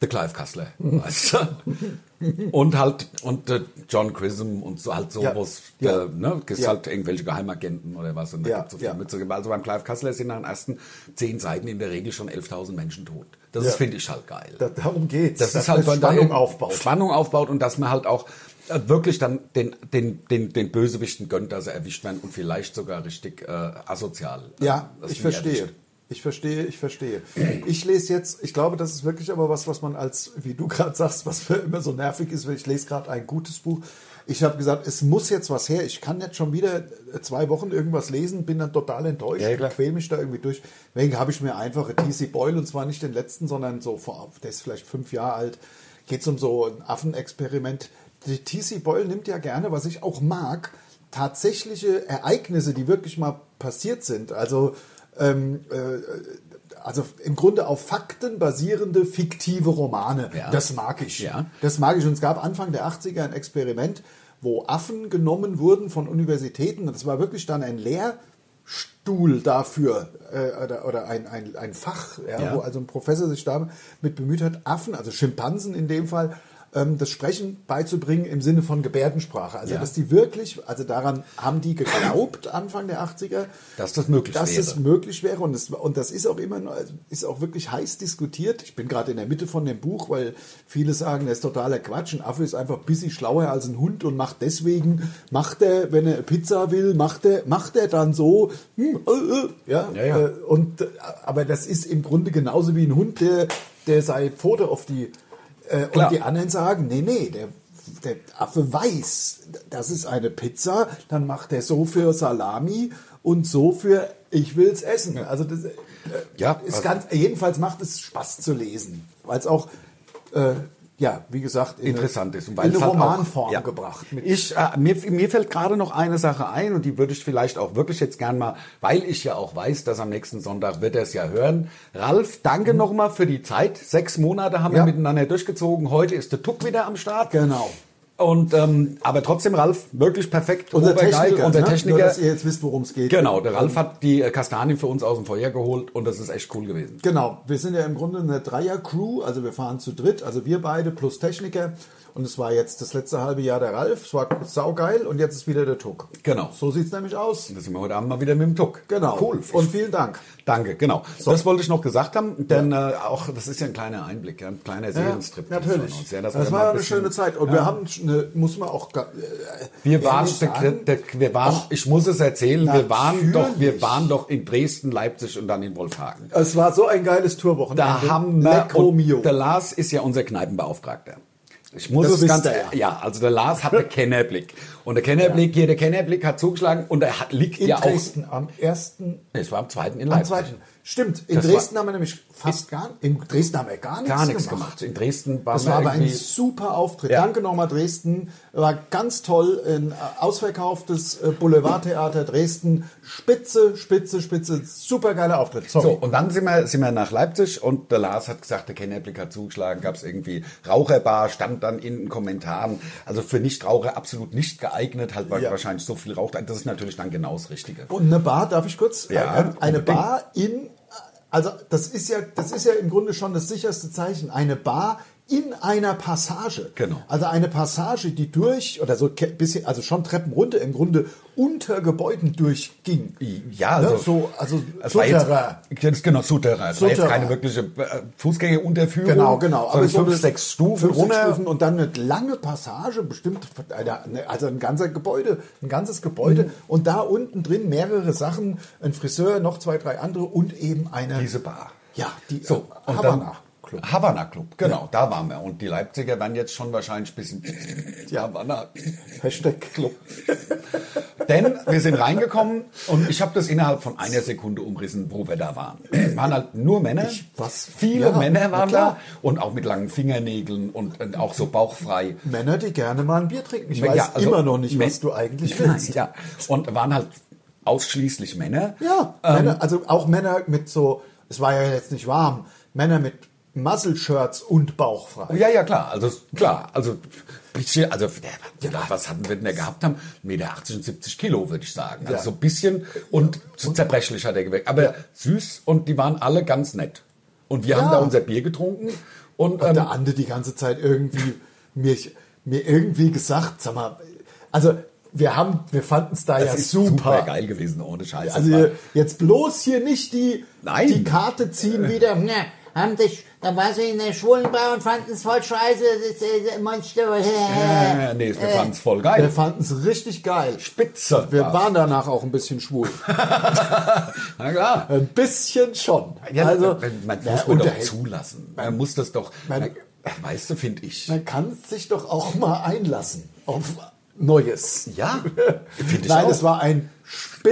Speaker 2: The Clive Cussler. Weißt du? und halt, und äh, John Chrism und so halt so,
Speaker 3: Ja.
Speaker 2: wo's,
Speaker 3: Ja.
Speaker 2: Äh, ne, gibt's
Speaker 3: Ja.
Speaker 2: halt irgendwelche Geheimagenten oder was und da
Speaker 3: Ja,
Speaker 2: gibt's so viel
Speaker 3: ja.
Speaker 2: Mütze. Also beim Clive Cussler sind nach den ersten zehn Seiten in der Regel schon 11.000 Menschen tot. Das
Speaker 3: Ja.
Speaker 2: ist finde ich halt geil.
Speaker 3: Da, darum geht's.
Speaker 2: Das
Speaker 3: dass
Speaker 2: ist halt
Speaker 3: man
Speaker 2: wenn da
Speaker 3: Spannung
Speaker 2: eben
Speaker 3: aufbaut.
Speaker 2: Spannung aufbaut und dass man halt auch äh, wirklich dann den, den, den, den Bösewichten gönnt, dass er erwischt werden und vielleicht sogar richtig äh, asozial. äh,
Speaker 3: Ja,
Speaker 2: dass
Speaker 3: ich
Speaker 2: die
Speaker 3: verstehe.
Speaker 2: erwischt.
Speaker 3: Ich verstehe, ich verstehe. Ich lese jetzt, ich glaube, das ist wirklich aber was, was man als, wie du gerade sagst, was für immer so nervig ist, weil ich lese gerade ein gutes Buch. Ich habe gesagt, es muss jetzt was her. Ich kann jetzt schon wieder zwei Wochen irgendwas lesen, bin dann total enttäuscht,
Speaker 2: Ja, klar.
Speaker 3: quäl mich da irgendwie durch. Deswegen habe ich mir einfach TC Boyle, und zwar nicht den letzten, sondern so vor, der ist vielleicht fünf Jahre alt, geht es um so ein Affenexperiment. Die TC Boyle nimmt ja gerne, was ich auch mag, tatsächliche Ereignisse, die wirklich mal passiert sind. Also ähm, äh, also im Grunde auf Fakten basierende fiktive Romane.
Speaker 2: Ja.
Speaker 3: Das mag ich.
Speaker 2: Ja.
Speaker 3: Das mag ich. Und es gab Anfang der 80er ein Experiment, wo Affen genommen wurden von Universitäten. Und es war wirklich dann ein Lehrstuhl dafür äh, oder, oder ein, ein, ein Fach, ja,
Speaker 2: Ja.
Speaker 3: wo also ein Professor sich damit bemüht hat, Affen, also Schimpansen in dem Fall, ähm, das Sprechen beizubringen im Sinne von Gebärdensprache. Also,
Speaker 2: Ja.
Speaker 3: dass die wirklich, also daran haben die geglaubt, Anfang der 80er,
Speaker 2: Dass das möglich
Speaker 3: dass
Speaker 2: wäre.
Speaker 3: es möglich wäre. Und, es, und das ist auch immer noch, also ist auch wirklich heiß diskutiert. Ich bin gerade in der Mitte von dem Buch, weil viele sagen, das ist totaler Quatsch. Ein Affe ist einfach ein bisschen schlauer als ein Hund und macht deswegen, macht er, wenn er Pizza will, macht er, macht er dann so. Hm, äh, äh, ja,
Speaker 2: Ja, ja.
Speaker 3: Äh, und, äh, aber das ist im Grunde genauso wie ein Hund, der, der seine Pfote auf die. Äh,
Speaker 2: Klar.
Speaker 3: und die anderen sagen, nee, nee, der, der Affe weiß, das ist eine Pizza, dann macht er so für Salami und so für ich will's essen. Also das äh,
Speaker 2: Ja,
Speaker 3: ist
Speaker 2: also-
Speaker 3: ganz, jedenfalls macht es Spaß zu lesen, weil es auch, äh, ja, wie gesagt, in
Speaker 2: interessant ist. und
Speaker 3: eine,
Speaker 2: weil
Speaker 3: in
Speaker 2: es
Speaker 3: eine
Speaker 2: halt auch-
Speaker 3: Romanform
Speaker 2: ja.
Speaker 3: gebracht. Mit,
Speaker 2: Ich, äh, mir, mir fällt gerade noch eine Sache ein und die würde ich vielleicht auch wirklich jetzt gern mal, weil ich ja auch weiß, dass am nächsten Sonntag wird er es ja hören. Ralf, danke nochmal für die Zeit. Sechs Monate haben wir
Speaker 3: Mhm. Ja.
Speaker 2: miteinander durchgezogen. Heute ist der Tuck wieder am Start.
Speaker 3: Genau.
Speaker 2: Und ähm, aber trotzdem, Ralf, wirklich perfekt.
Speaker 3: unser
Speaker 2: Obergeil,
Speaker 3: Techniker,
Speaker 2: unser
Speaker 3: ne?
Speaker 2: Techniker.
Speaker 3: Nur, dass ihr jetzt wisst, worum es geht.
Speaker 2: Genau, der Ralf hat die äh, Kastanien für uns aus dem Feuer geholt und das ist echt cool gewesen.
Speaker 3: Genau, wir sind ja im Grunde eine Dreier-Crew, also wir fahren zu dritt, also wir beide plus Techniker. Und es war jetzt das letzte halbe Jahr der Ralf, es war saugeil und jetzt ist wieder der Tuck.
Speaker 2: Genau.
Speaker 3: So sieht's nämlich aus.
Speaker 2: Das sind wir heute Abend mal wieder mit dem Tuck.
Speaker 3: Genau.
Speaker 2: Cool.
Speaker 3: Und vielen Dank.
Speaker 2: Danke, genau. Das wollte ich noch gesagt haben, denn äh, auch das ist ja ein kleiner Einblick, ja, ein kleiner Seelenstrip
Speaker 3: natürlich.
Speaker 2: von uns. Ja,
Speaker 3: das
Speaker 2: dass wir mal
Speaker 3: war
Speaker 2: ein
Speaker 3: eine
Speaker 2: bisschen-
Speaker 3: schöne Zeit. Und wir haben, eine, muss man auch. ga- äh,
Speaker 2: Wir waren,
Speaker 3: ehrlich sagen,
Speaker 2: der, der, wir waren ich muss es erzählen, wir waren, doch, wir
Speaker 3: Natürlich.
Speaker 2: waren doch in Dresden, Leipzig und dann in Wolfhagen.
Speaker 3: es war so ein geiles Tourwochenende.
Speaker 2: Da haben wir,
Speaker 3: Lecco Mio.
Speaker 2: der Lars ist ja unser Kneipenbeauftragter. Ich muss
Speaker 3: Das
Speaker 2: es
Speaker 3: wisst
Speaker 2: ganz,
Speaker 3: ihr ja.
Speaker 2: ja, also der Lars hat einen Kennerblick. Und der Kennerblick, hier der Kennerblick hat zugeschlagen und er hat, liegt
Speaker 3: in
Speaker 2: ja
Speaker 3: Dresden am ersten
Speaker 2: auch, es war am zweiten in
Speaker 3: Am
Speaker 2: Leipzig.
Speaker 3: zweiten. Stimmt, in
Speaker 2: Das
Speaker 3: Dresden haben wir nämlich fast gar, in Dresden haben wir gar nichts,
Speaker 2: Gar nichts
Speaker 3: gemacht.
Speaker 2: gemacht. In Dresden waren
Speaker 3: Das
Speaker 2: wir
Speaker 3: war aber ein
Speaker 2: irgendwie-
Speaker 3: super Auftritt.
Speaker 2: Ja.
Speaker 3: Danke nochmal Dresden. War ganz toll. Ein äh, ausverkauftes äh, Boulevardtheater Dresden. Spitze, spitze, spitze. Super geiler Auftritt. Sorry.
Speaker 2: So, und dann sind wir, sind wir nach Leipzig und der Lars hat gesagt, der Kennerblick hat zugeschlagen, gab es irgendwie Raucherbar, stand dann in den Kommentaren. Also für Nichtraucher absolut nicht geeignet, halt weil
Speaker 3: Ja. Oh.
Speaker 2: wahrscheinlich so viel raucht. Das ist natürlich dann genau das Richtige.
Speaker 3: Und eine Bar, darf ich kurz?
Speaker 2: Ja,
Speaker 3: Äh, äh, eine
Speaker 2: unbedingt.
Speaker 3: Bar in, also das ist ja, das ist ja im Grunde schon das sicherste Zeichen. Eine Bar in einer Passage.
Speaker 2: Genau.
Speaker 3: Also eine Passage, die durch oder so ke- bisschen, also schon Treppen runter im Grunde unter Gebäuden durchging.
Speaker 2: Ja,
Speaker 3: Ne?
Speaker 2: also,
Speaker 3: so, also
Speaker 2: es war jetzt,
Speaker 3: Souterrain.
Speaker 2: jetzt, genau, Souterrain. Es war jetzt
Speaker 3: Souterrain.
Speaker 2: keine wirkliche äh, Fußgängerunterführung.
Speaker 3: Genau, genau.
Speaker 2: Aber
Speaker 3: so
Speaker 2: fünf,
Speaker 3: eine-
Speaker 2: sechs Stufen
Speaker 3: fünf, sechs
Speaker 2: runter.
Speaker 3: Stufen und dann eine lange Passage, bestimmt, eine, also ein ganzer Gebäude, ein ganzes
Speaker 2: Mhm.
Speaker 3: Gebäude. Und da unten drin mehrere Sachen, ein Friseur, noch zwei, drei andere und eben eine.
Speaker 2: Diese Bar.
Speaker 3: Ja, die
Speaker 2: So,
Speaker 3: äh,
Speaker 2: und
Speaker 3: Havana.
Speaker 2: Dann, Club. Havana Club, genau, da waren wir. Und die Leipziger waren jetzt schon wahrscheinlich ein bisschen die Havana
Speaker 3: Hashtag Club.
Speaker 2: Denn wir sind reingekommen und ich habe das innerhalb von einer Sekunde umrissen, wo wir da waren. Es waren halt nur Männer.
Speaker 3: Ich- was?
Speaker 2: Viele
Speaker 3: Ja,
Speaker 2: Männer
Speaker 3: na
Speaker 2: waren da
Speaker 3: klar.
Speaker 2: und auch mit langen Fingernägeln und, und auch so bauchfrei.
Speaker 3: Männer, die gerne mal ein Bier trinken. Ich weiß
Speaker 2: Ja, also-
Speaker 3: immer noch nicht, was
Speaker 2: Mä-
Speaker 3: du eigentlich
Speaker 2: Nein,
Speaker 3: willst.
Speaker 2: ja. Und waren halt ausschließlich Männer. Äh,
Speaker 3: Ja,
Speaker 2: Ähm.
Speaker 3: Männer, also auch Männer mit so, es war ja jetzt nicht warm, Männer mit Muscle-Shirts und bauchfrei.
Speaker 2: Ja, ja, klar. Also klar, also bisschen, also der, was hatten wir denn da gehabt haben? 1,80 Meter und 70 Kilo, würde ich sagen. Also
Speaker 3: Ja.
Speaker 2: so ein bisschen und zu zerbrechlich hat er gewirkt. Aber süß und die waren alle ganz nett. Und wir haben
Speaker 3: Ja.
Speaker 2: da unser Bier getrunken
Speaker 3: Und
Speaker 2: und, ähm,
Speaker 3: der Ande die ganze Zeit irgendwie mir, mir irgendwie gesagt, sag mal, also wir haben, wir fanden es da
Speaker 2: das
Speaker 3: ja
Speaker 2: ist
Speaker 3: super.
Speaker 2: super geil gewesen, ohne Scheiß. Das
Speaker 3: Also
Speaker 2: war-
Speaker 3: ihr- jetzt bloß hier nicht die,
Speaker 2: Nein. Äh.
Speaker 3: die Karte ziehen wieder.
Speaker 1: haben sich Da war sie in der Schwulenbar und fanden es voll scheiße. Das ist äh, Monster.
Speaker 2: Äh, nee, wir fanden es voll geil.
Speaker 3: Wir fanden es richtig geil.
Speaker 2: Spitze.
Speaker 3: Wir
Speaker 2: war's.
Speaker 3: waren danach auch ein bisschen schwul.
Speaker 2: Na klar.
Speaker 3: Ein bisschen schon.
Speaker 2: Ja,
Speaker 3: Ähm, also,
Speaker 2: also, man, man
Speaker 3: ja,
Speaker 2: muss man doch
Speaker 3: unterhält-
Speaker 2: zulassen. Man muss das doch. Äh,
Speaker 3: man-
Speaker 2: weißt du, finde ich.
Speaker 3: Man kann sich doch auch mal einlassen auf Neues.
Speaker 2: ja, finde ich
Speaker 3: Nein,
Speaker 2: auch.
Speaker 3: es war ein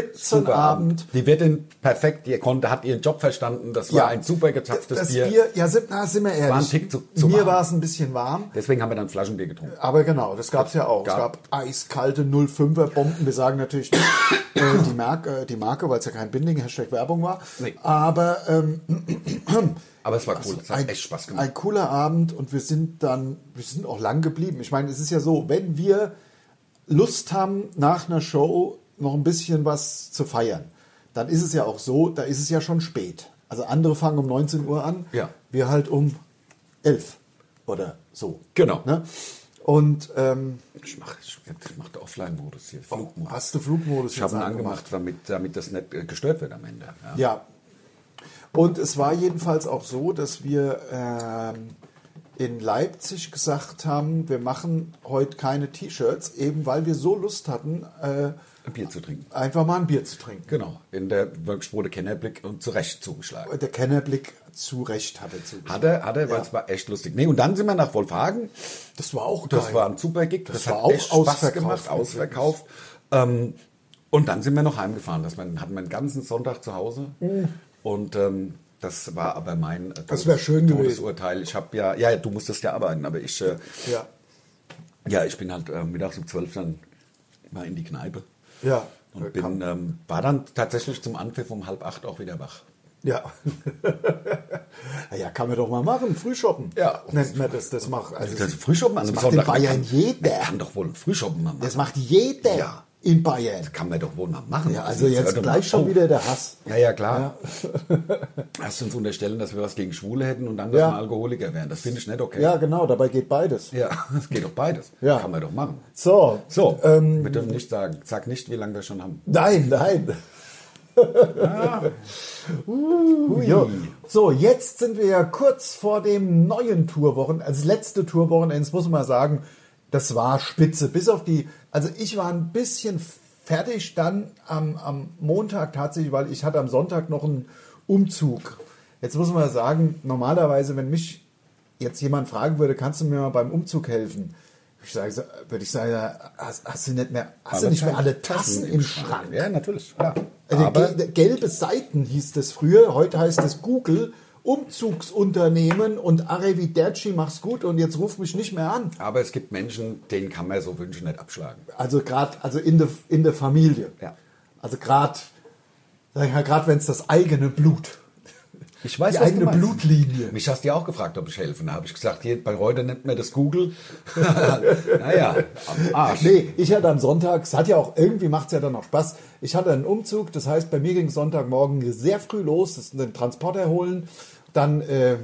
Speaker 3: Spitzenabend.
Speaker 2: Die Wirtin perfekt, die konnte, hat ihren Job verstanden. Das war
Speaker 3: Ja.
Speaker 2: ein super gezapftes
Speaker 3: das
Speaker 2: Bier.
Speaker 3: Bier. Ja, sind, na, sind wir ehrlich.
Speaker 2: War ein Tick zu- zu
Speaker 3: Mir
Speaker 2: warm.
Speaker 3: war es ein bisschen warm.
Speaker 2: Deswegen haben wir dann Flaschenbier getrunken.
Speaker 3: Aber genau, das gab es ja auch.
Speaker 2: Gab-
Speaker 3: Es gab eiskalte 05er Bomben. Wir sagen natürlich nicht äh, die, Mark, äh, die Marke, weil es ja kein Binding, Hashtag Werbung war.
Speaker 2: Nee.
Speaker 3: Aber ähm,
Speaker 2: Aber es war cool. Es hat echt Spaß gemacht.
Speaker 3: Ein cooler Abend und wir sind dann, wir sind auch lang geblieben. Ich meine, es ist ja so, wenn wir Lust haben, nach einer Show noch ein bisschen was zu feiern, dann ist es ja auch so, da ist es ja schon spät. Also andere fangen um 19 Uhr an,
Speaker 2: Ja.
Speaker 3: wir halt um 11 oder so.
Speaker 2: Genau.
Speaker 3: Ne? Und ähm,
Speaker 2: Ich mache ich, ich mach den Offline-Modus hier. Flugmodus.
Speaker 3: Oh, hast du Flugmodus
Speaker 2: ich habe ihn
Speaker 3: jetzt
Speaker 2: angemacht, damit, damit das nicht äh, gestört wird am Ende. Ja.
Speaker 3: Ja. Und es war jedenfalls auch so, dass wir ähm, in Leipzig gesagt haben, wir machen heute keine T-Shirts, eben weil wir so Lust hatten, äh,
Speaker 2: Bier zu trinken.
Speaker 3: einfach mal ein Bier zu trinken.
Speaker 2: Genau. In der wirklich wurde Kennerblick und zu Recht zugeschlagen.
Speaker 3: Der Kennerblick zu Recht hatte zu.
Speaker 2: Hat er, hat er, weil
Speaker 3: Ja.
Speaker 2: es war echt lustig. Nee, und dann sind wir nach Wolfhagen.
Speaker 3: Das war auch geil.
Speaker 2: Das war ein super Gig. Das,
Speaker 3: Das
Speaker 2: hat
Speaker 3: war auch
Speaker 2: echt Spaß
Speaker 3: ausverkauft
Speaker 2: gemacht,
Speaker 3: übrigens.
Speaker 2: ausverkauft. Ähm, und dann sind wir noch heimgefahren. Das man, hatten wir den ganzen Sonntag zu Hause. Und ähm, das war aber mein äh,
Speaker 3: Mm. Das wär schön gewesen.
Speaker 2: Todesurteil. Ich habe ja, ja, du musstest ja arbeiten, aber ich, äh,
Speaker 3: ja.
Speaker 2: ja, ich bin halt äh, mittags um 12 dann mal in die Kneipe.
Speaker 3: Ja. äh,
Speaker 2: Und bin, ähm, war dann tatsächlich zum Anpfiff um halb acht auch wieder wach.
Speaker 3: Ja. ja, kann man doch mal machen. Frühshoppen.
Speaker 2: Ja.
Speaker 3: Nennt man das. Das macht, also,
Speaker 2: Das Frühschoppen an
Speaker 3: das macht
Speaker 2: einem
Speaker 3: in
Speaker 2: Sonntag. man
Speaker 3: Bayern
Speaker 2: kann,
Speaker 3: jeder.
Speaker 2: Man kann doch wohl Frühschoppen mal machen.
Speaker 3: Das macht jeder
Speaker 2: Ja.
Speaker 3: in Bayern.
Speaker 2: kann man doch wohl mal machen.
Speaker 3: Ja, also
Speaker 2: Das hört
Speaker 3: jetzt
Speaker 2: doch
Speaker 3: gleich
Speaker 2: mal
Speaker 3: schon
Speaker 2: auf.
Speaker 3: wieder der Hass.
Speaker 2: Ja, ja, klar. Hast du uns unterstellen, dass wir was gegen Schwule hätten und dann, dass
Speaker 3: Ja.
Speaker 2: wir Alkoholiker wären. Das finde ich nicht okay.
Speaker 3: Ja, genau, dabei geht beides.
Speaker 2: ja, das geht doch beides.
Speaker 3: Ja.
Speaker 2: Kann man doch machen.
Speaker 3: So.
Speaker 2: So,
Speaker 3: Ähm,
Speaker 2: wir dürfen nicht sagen. Sag nicht, wie lange wir schon haben.
Speaker 3: nein, nein. uh, Ah. jo. So, jetzt sind wir ja kurz vor dem neuen Tourwochenende, also das letzte Tourwochenende, das muss man mal sagen, das war spitze. Bis auf die, also ich war ein bisschen fertig dann am, am Montag tatsächlich, weil ich hatte am Sonntag noch einen Umzug. Jetzt muss man sagen, normalerweise, wenn mich jetzt jemand fragen würde, kannst du mir mal beim Umzug helfen? Ich sage, würde ich sagen, ja, hast, hast du nicht mehr, hast du
Speaker 2: Aber
Speaker 3: nicht mehr
Speaker 2: Tassen-
Speaker 3: alle Tassen im Schrank?
Speaker 2: Ja, natürlich. Klar.
Speaker 3: Also
Speaker 2: Aber
Speaker 3: ge- gelbe Seiten hieß das früher, heute heißt es Google, Umzugsunternehmen und Arrivederci, mach's gut und jetzt ruf mich nicht mehr an.
Speaker 2: Aber es gibt Menschen, denen kann man so Wünsche nicht abschlagen.
Speaker 3: Also gerade also in der in der Familie.
Speaker 2: Ja.
Speaker 3: Also gerade sag ich mal gerade wenn es das eigene Blut.
Speaker 2: Ich weiß,
Speaker 3: Die
Speaker 2: was
Speaker 3: eigene
Speaker 2: du meinst.
Speaker 3: Blutlinie.
Speaker 2: Mich hast du ja auch gefragt, ob ich helfen. Da habe ich gesagt, hier, bei Reuter nennt man das Google. naja, am Arsch.
Speaker 3: Nee, ich hatte am Sonntag, es hat ja auch irgendwie macht es ja dann auch Spaß. Ich hatte einen Umzug, das heißt, bei mir ging Sonntagmorgen sehr früh los, das den Transporter holen, dann äh,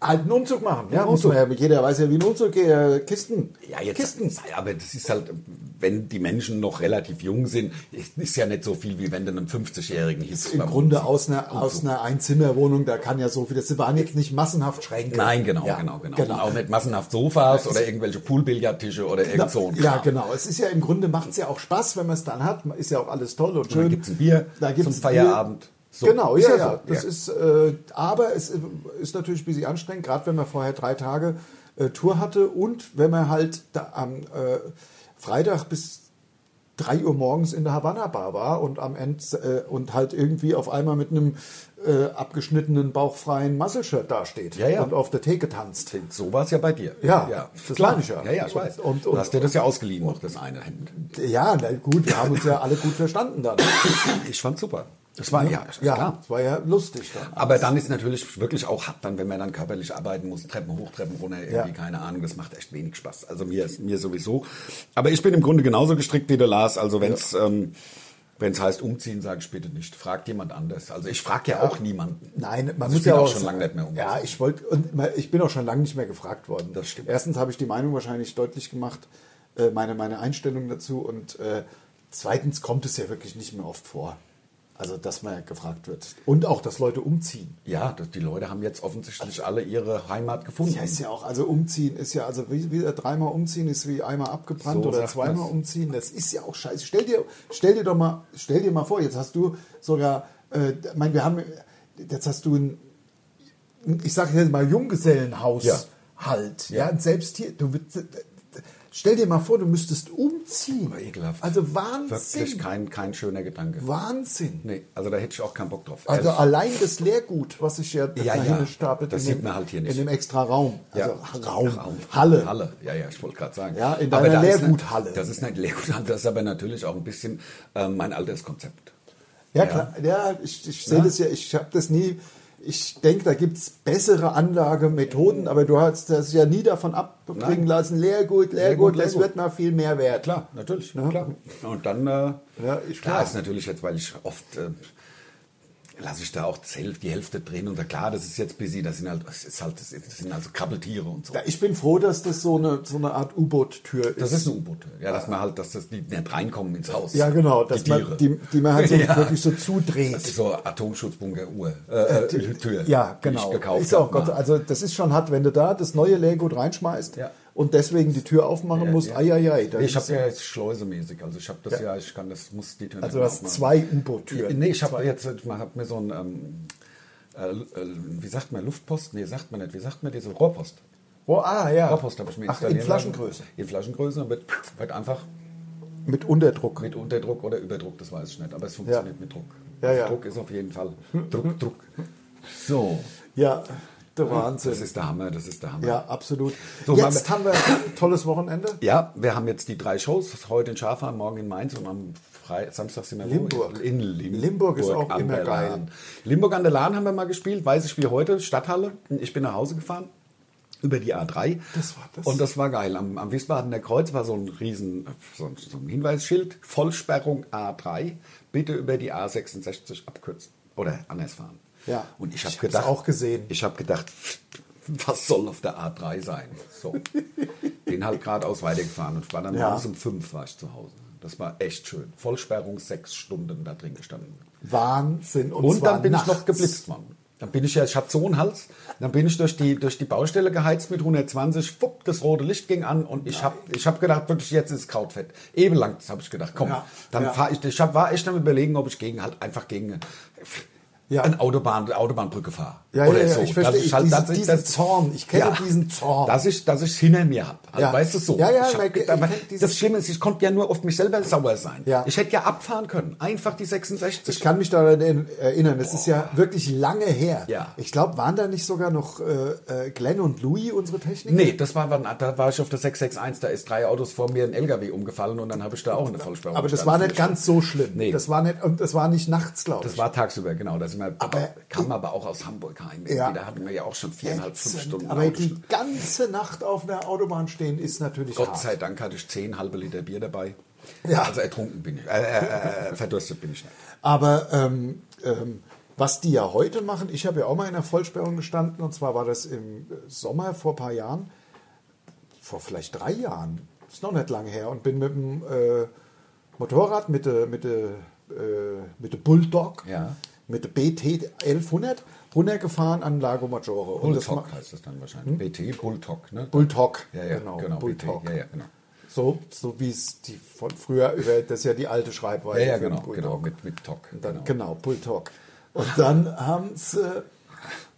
Speaker 3: halt einen Umzug machen. Ja, muss man ja, jeder weiß ja, wie ein Umzug geht, äh, Kisten.
Speaker 2: Ja, jetzt,
Speaker 3: Kisten.
Speaker 2: aber das ist halt, wenn die Menschen noch relativ jung sind, ist, ist ja nicht so viel, wie wenn du einem 50-Jährigen hieß. ähm,
Speaker 3: Im Grunde aus einer, aus einer Einzimmerwohnung, da kann ja so viel, das waren jetzt nicht massenhaft Schränke.
Speaker 2: Nein, genau,
Speaker 3: ja,
Speaker 2: genau, genau, Und Auch nicht massenhaft Sofas oder irgendwelche Poolbillardtische oder irgend so ein
Speaker 3: ja,
Speaker 2: Kram.
Speaker 3: genau. Es ist ja im Grunde macht es ja auch Spaß, wenn man es dann hat. Ist ja auch alles toll und schön.
Speaker 2: Dann gibt's ein Bier
Speaker 3: da gibt's
Speaker 2: zum
Speaker 3: ein Bier.
Speaker 2: Feierabend. So.
Speaker 3: Genau,
Speaker 2: Ist
Speaker 3: ja,
Speaker 2: ja
Speaker 3: ja.
Speaker 2: so,
Speaker 3: Das
Speaker 2: ja.
Speaker 3: ist, äh, aber es äh, ist natürlich ein bisschen anstrengend, gerade wenn man vorher drei Tage äh, Tour hatte und wenn man halt da am äh, Freitag bis 3 Uhr morgens in der Havanna Bar war und am Ende äh, und halt irgendwie auf einmal mit einem äh, abgeschnittenen, bauchfreien Muscle-Shirt dasteht
Speaker 2: Ja, ja.
Speaker 3: und auf der Theke tanzt.
Speaker 2: So war es ja bei dir.
Speaker 3: Ja, das
Speaker 2: Klar.
Speaker 3: meine ich ja.
Speaker 2: Ja, ja, ich weiß.
Speaker 3: Und-
Speaker 2: Und,
Speaker 3: und- Äh,
Speaker 2: du hast dir das ja ausgeliehen noch, das eine Hemd.
Speaker 3: Ja, na gut, wir haben uns ja alle gut verstanden dann.
Speaker 2: Ich fand's super. Das war, ja,
Speaker 3: ja,
Speaker 2: klar. Ah.
Speaker 3: das war ja lustig dann.
Speaker 2: Aber dann ist natürlich wirklich auch hart, dann, wenn man dann körperlich arbeiten muss, Treppen hoch, Treppen runter, irgendwie,
Speaker 3: Ja.
Speaker 2: keine Ahnung, das macht echt wenig Spaß. Also mir, ist- mir sowieso. Aber ich bin im Grunde genauso gestrickt wie der Lars. Also wenn es ähm, wenn's heißt umziehen, sage ich bitte nicht. Fragt jemand anders. Also ich frage ja, auch niemanden.
Speaker 3: Nein, man
Speaker 2: Also ich
Speaker 3: muss
Speaker 2: bin
Speaker 3: ja
Speaker 2: auch
Speaker 3: auch
Speaker 2: schon lange nicht mehr um.
Speaker 3: Ja, ich wollte und ma- ich bin auch schon lange nicht mehr gefragt worden.
Speaker 2: Das stimmt.
Speaker 3: Erstens habe ich die Meinung wahrscheinlich deutlich gemacht, äh, meine meine Einstellung dazu und äh, zweitens kommt es ja wirklich nicht mehr oft vor. Also, dass man gefragt wird. Und auch, dass Leute umziehen.
Speaker 2: Ja, das, die Leute haben jetzt offensichtlich alle ihre Heimat gefunden.
Speaker 3: Ja, ist ja auch, also umziehen ist ja, also wie, wie dreimal umziehen ist wie einmal abgebrannt
Speaker 2: So
Speaker 3: oder
Speaker 2: sagt
Speaker 3: zweimal
Speaker 2: man's.
Speaker 3: umziehen. Das ist ja auch scheiße. Stell dir, stell dir doch mal, stell dir mal vor, jetzt hast du sogar, äh, ich mein, wir haben, jetzt hast du ein, ich sage jetzt mal Junggesellenhaus
Speaker 2: Ja.
Speaker 3: halt. Ja.
Speaker 2: Ja.
Speaker 3: und selbst hier, du würdest- stell dir mal vor, du müsstest umziehen.
Speaker 2: Ekelhaft.
Speaker 3: Also Wahnsinn.
Speaker 2: Wirklich kein, kein schöner Gedanke.
Speaker 3: Wahnsinn.
Speaker 2: Nee, also da hätte ich auch keinen Bock drauf.
Speaker 3: Also
Speaker 2: Ehrlich.
Speaker 3: allein das Leergut, was sich ja,
Speaker 2: Ja,
Speaker 3: nach
Speaker 2: ja.
Speaker 3: hinten stapelt,
Speaker 2: Das
Speaker 3: in
Speaker 2: sieht
Speaker 3: dem-
Speaker 2: man halt hier nicht.
Speaker 3: In dem extra Raum.
Speaker 2: Ja.
Speaker 3: Also Raum, Halle.
Speaker 2: Halle, ja, ja, ich wollte gerade sagen.
Speaker 3: Ja, in
Speaker 2: Aber
Speaker 3: deiner
Speaker 2: da ist
Speaker 3: Lehrguthalle.
Speaker 2: ne- Das ist nicht Lehrguthalle, das ist aber natürlich auch ein bisschen äh, mein Alterskonzept.
Speaker 3: Ja, klar. Ja, ich, ich sehe das ja, ich habe das nie. Ich denke, da gibt es bessere Anlagemethoden, aber du hast das ja nie davon abbringen
Speaker 2: Nein.
Speaker 3: lassen. Leergut, Leergut,
Speaker 2: Leergut,
Speaker 3: das
Speaker 2: Leergut.
Speaker 3: wird mal viel mehr wert.
Speaker 2: Klar, natürlich, klar. Und dann, äh,
Speaker 3: Ja, ich-
Speaker 2: klar,
Speaker 3: klar.
Speaker 2: ist natürlich jetzt, weil ich oft, äh, lasse ich da auch das Hälf- die Hälfte drehen und sage, klar, das ist jetzt busy, das sind halt, das ist halt, das sind also Krabbeltiere und so.
Speaker 3: Ja, Ich bin froh, dass das so eine, so eine Art U-Boot-Tür ist.
Speaker 2: Das ist ein U-Boot. Ja, dass man halt, dass das die nicht reinkommen ins Haus.
Speaker 3: ja, genau,
Speaker 2: Die
Speaker 3: dass
Speaker 2: Tiere.
Speaker 3: man, die, die man halt so,
Speaker 2: Ja.
Speaker 3: wirklich so
Speaker 2: Das
Speaker 3: zudreht.
Speaker 2: ist so Atomschutzbunker-Uhr. Äh, äh, Tür.
Speaker 3: Ja,
Speaker 2: die
Speaker 3: genau.
Speaker 2: Ich gekauft
Speaker 3: ist auch
Speaker 2: hab ne?
Speaker 3: Gott,
Speaker 2: mal.
Speaker 3: also das ist schon hart, wenn du da das neue Leergut reinschmeißt
Speaker 2: Ja.
Speaker 3: und deswegen die Tür aufmachen musst.
Speaker 2: ja.
Speaker 3: Ai, ai, ai, das
Speaker 2: Ich
Speaker 3: ist-
Speaker 2: habe ja jetzt schleusemäßig, also ich habe das ja. ich kann das, muss die Tür
Speaker 3: Also
Speaker 2: nicht
Speaker 3: du hast
Speaker 2: aufmachen.
Speaker 3: zwei U-Boot-Türen.
Speaker 2: Nee, ich habe jetzt, ich hab mir so ein, ähm, äh, äh, wie sagt man, Luftpost? Nee, sagt man nicht. Wie sagt man diese Rohrpost?
Speaker 3: oh, ah, ja.
Speaker 2: Rohrpost habe ich mir
Speaker 3: Ach, in
Speaker 2: installieren
Speaker 3: Flaschengröße.
Speaker 2: Lassen. In Flaschengröße und wird, wird einfach
Speaker 3: Mit Unterdruck.
Speaker 2: mit Unterdruck oder Überdruck, das weiß ich nicht, aber es funktioniert
Speaker 3: Ja.
Speaker 2: mit Druck.
Speaker 3: Ja, ja.
Speaker 2: Druck ist auf jeden Fall. Druck, Druck. So.
Speaker 3: Ja, der
Speaker 2: Das
Speaker 3: Wahnsinn.
Speaker 2: ist der Hammer, das ist der Hammer.
Speaker 3: Ja, absolut.
Speaker 2: So,
Speaker 3: Jetzt haben
Speaker 2: machen
Speaker 3: wir ein tolles Wochenende.
Speaker 2: Ja, wir haben jetzt die drei Shows. Heute in Schafheim, morgen in Mainz und am Fre Samstag sind wir wo?
Speaker 3: Limburg.
Speaker 2: In Limburg.
Speaker 3: Limburg ist auch
Speaker 2: an
Speaker 3: immer
Speaker 2: der
Speaker 3: geil.
Speaker 2: Lahn. Limburg an der Lahn haben wir mal gespielt, weiß ich wie heute, Stadthalle. Ich bin nach Hause gefahren über die A3.
Speaker 3: Das war das.
Speaker 2: Und das war geil. Am, am Wiesbadener Kreuz war so ein riesen so ein, so ein Hinweisschild. Vollsperrung A3. Bitte über die A66 abkürzen. Oder anders fahren.
Speaker 3: Ja.
Speaker 2: Und ich
Speaker 3: Ich
Speaker 2: habe
Speaker 3: hab's
Speaker 2: gedacht,
Speaker 3: auch gesehen.
Speaker 2: ich habe gedacht, was soll auf der A3 sein? So. Bin halt geradeaus weitergefahren und war dann
Speaker 3: Ja.
Speaker 2: morgens um fünf war ich zu Hause. Das war echt schön. Vollsperrung, sechs Stunden da drin gestanden.
Speaker 3: Wahnsinn.
Speaker 2: Und,
Speaker 3: zwar
Speaker 2: dann bin
Speaker 3: nachts.
Speaker 2: ich noch geblitzt worden. Dann bin ich ja, ich hatte so einen Hals, dann bin ich durch die, durch die Baustelle geheizt mit 120, fupp, das rote Licht ging an und ich habe ich hab gedacht, wirklich, jetzt ist Krautfett. Eben lang, das habe ich gedacht, komm,
Speaker 3: Ja,
Speaker 2: dann
Speaker 3: ja.
Speaker 2: fahr ich, ich hab, war echt am überlegen, ob ich gegen, halt einfach gegen
Speaker 3: Ja.
Speaker 2: ja. eine Autobahn, Autobahnbrücke fahre.
Speaker 3: Ja, ja, ja, ich verstehe.
Speaker 2: Dass
Speaker 3: Ich-
Speaker 2: halt,
Speaker 3: diesen-
Speaker 2: dass ich,
Speaker 3: diesen
Speaker 2: dass,
Speaker 3: Zorn. Ich kenne diesen Zorn.
Speaker 2: Dass ich, dass ich hinter mir habe. Also,
Speaker 3: Ja.
Speaker 2: Weißt du so?
Speaker 3: Ja, ja,
Speaker 2: ich hab,
Speaker 3: weil-
Speaker 2: gedacht,
Speaker 3: ich kenn dieses-
Speaker 2: das Schlimme ist, ich konnte ja nur auf mich selber sauer sein.
Speaker 3: Ja.
Speaker 2: Ich hätte ja abfahren können. Einfach die 66.
Speaker 3: Ich kann mich daran in- erinnern, es ist ja wirklich lange her.
Speaker 2: Ja.
Speaker 3: Ich glaube, waren da nicht sogar noch äh, äh, Glenn und Louis unsere Techniker?
Speaker 2: Nee, das war, wann- da war ich auf der 661, da ist drei Autos vor mir ein LKW umgefallen und dann habe ich da auch eine Vollsperrung.
Speaker 3: Aber das
Speaker 2: gestanden.
Speaker 3: war nicht ganz so schlimm.
Speaker 2: Nee.
Speaker 3: Das war nicht, und das war nicht nachts, glaube ich.
Speaker 2: Das war tagsüber, genau. Da sind wir,
Speaker 3: Aber-
Speaker 2: aber, kam aber auch aus Hamburg heim.
Speaker 3: Ja.
Speaker 2: Ja. Da hatten wir ja auch schon viereinhalb, fünf
Speaker 3: Ätzend.
Speaker 2: Stunden
Speaker 3: Aber
Speaker 2: Auto.
Speaker 3: die ganze Nacht auf der Autobahn stehen ist natürlich
Speaker 2: Gott
Speaker 3: hart.
Speaker 2: sei Dank hatte ich zehn halbe Liter Bier dabei.
Speaker 3: Ja.
Speaker 2: Also ertrunken bin ich. Äh, äh, äh, verdurstet bin ich nicht.
Speaker 3: Aber ähm, ähm, was die ja heute machen, ich habe ja auch mal in einer Vollsperrung gestanden, und zwar war das im äh, Sommer vor ein paar Jahren, vor vielleicht drei Jahren, ist noch nicht lange her, und bin mit dem äh, Motorrad, mit der mit der, äh, mit der Bulldog,
Speaker 2: Ja.
Speaker 3: mit der BT 1100 runtergefahren an Lago Maggiore. Und das
Speaker 2: Bulltog
Speaker 3: ma- Hm?
Speaker 2: heißt das dann wahrscheinlich. BT, Bulltog, ne?
Speaker 3: Bulldog,
Speaker 2: ja, ja, genau.
Speaker 3: Bulldog.
Speaker 2: BT, ja, ja, genau.
Speaker 3: So, so wie es die von früher über, das ist ja die alte Schreibweise.
Speaker 2: Ja, ja,
Speaker 3: für den
Speaker 2: genau,
Speaker 3: Bulldog.
Speaker 2: genau, mit, mit Tok.
Speaker 3: Und dann, genau. Pull Talk. Und dann haben's, äh,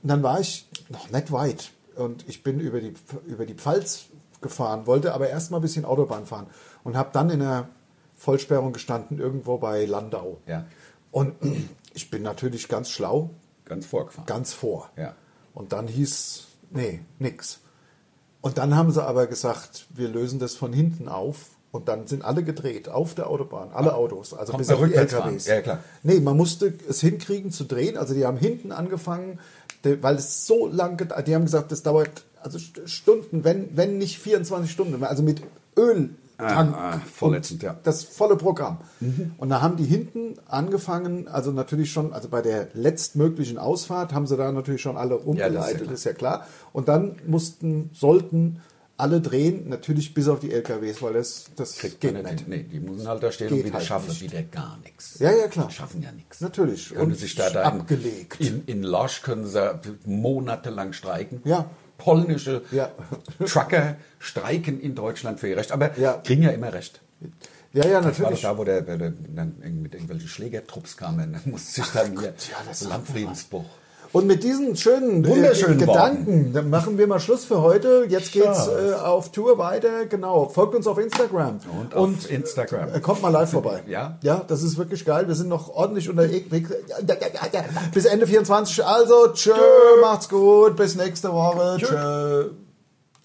Speaker 3: und dann war ich noch nicht weit und ich bin über die, über die Pfalz gefahren, wollte aber erst mal ein bisschen Autobahn fahren und habe dann in einer Vollsperrung gestanden, irgendwo bei Landau.
Speaker 2: Ja.
Speaker 3: Und ich bin natürlich ganz schlau,
Speaker 2: Ganz vorgefahren.
Speaker 3: ganz vor.
Speaker 2: Ja.
Speaker 3: Und dann hieß, nee, nix. Und dann haben sie aber gesagt, wir lösen das von hinten auf. Und dann sind alle gedreht, auf der Autobahn, alle Autos, also
Speaker 2: Ah, Kommt
Speaker 3: bis
Speaker 2: man
Speaker 3: auf die
Speaker 2: rückwärts
Speaker 3: LKWs.
Speaker 2: fahren? Ja, klar.
Speaker 3: Nee, man musste es hinkriegen zu drehen. Also die haben hinten angefangen, de- weil es so lang gedauert Die haben gesagt, das dauert also St- Stunden, wenn, wenn nicht 24 Stunden. Also mit Öl.
Speaker 2: ah, vorletztend, ja.
Speaker 3: Das volle Programm.
Speaker 2: Mhm.
Speaker 3: Und da haben die hinten angefangen, also natürlich schon, also bei der letztmöglichen Ausfahrt haben sie da natürlich schon alle
Speaker 2: ja
Speaker 3: rumgeleitet,
Speaker 2: klar.
Speaker 3: ist ja klar. Und dann mussten, sollten alle drehen, natürlich bis auf die LKWs, weil das, das
Speaker 2: Kriegt
Speaker 3: geht
Speaker 2: man
Speaker 3: nicht.
Speaker 2: nicht. Nee, die müssen halt da stehen
Speaker 3: Geht
Speaker 2: und wieder
Speaker 3: halt
Speaker 2: schaffen
Speaker 3: nicht.
Speaker 2: wieder gar nichts.
Speaker 3: Ja, ja, klar.
Speaker 2: Die schaffen ja nichts.
Speaker 3: Natürlich.
Speaker 2: Können sich da da in-
Speaker 3: abgelegt.
Speaker 2: In, in Lorsch können sie da monatelang streiken.
Speaker 3: Ja.
Speaker 2: Polnische
Speaker 3: Ja.
Speaker 2: Trucker streiken in Deutschland für ihr Recht, aber
Speaker 3: Ja.
Speaker 2: kriegen ja immer Recht.
Speaker 3: ja, ja,
Speaker 2: Das war doch
Speaker 3: natürlich.
Speaker 2: da, wo der, der, der dann mit irgendwelchen Schlägertrupps kam, dann musste sich dann hier
Speaker 3: ja, das ist
Speaker 2: Landfriedensbruch.
Speaker 3: Und mit diesen schönen, äh,
Speaker 2: Wunderschönen
Speaker 3: Gedanken dann machen wir mal Schluss für heute. Jetzt geht's
Speaker 2: Schade.
Speaker 3: äh, auf Tour weiter. Genau. Folgt uns auf Instagram.
Speaker 2: Und auf Instagram.
Speaker 3: Äh, kommt mal live vorbei.
Speaker 2: Ja.
Speaker 3: Ja, das ist wirklich geil. Wir sind noch ordentlich E- unterwegs. Bis Ende 24. Also, tschö, macht's gut. Bis nächste Woche. Tschö.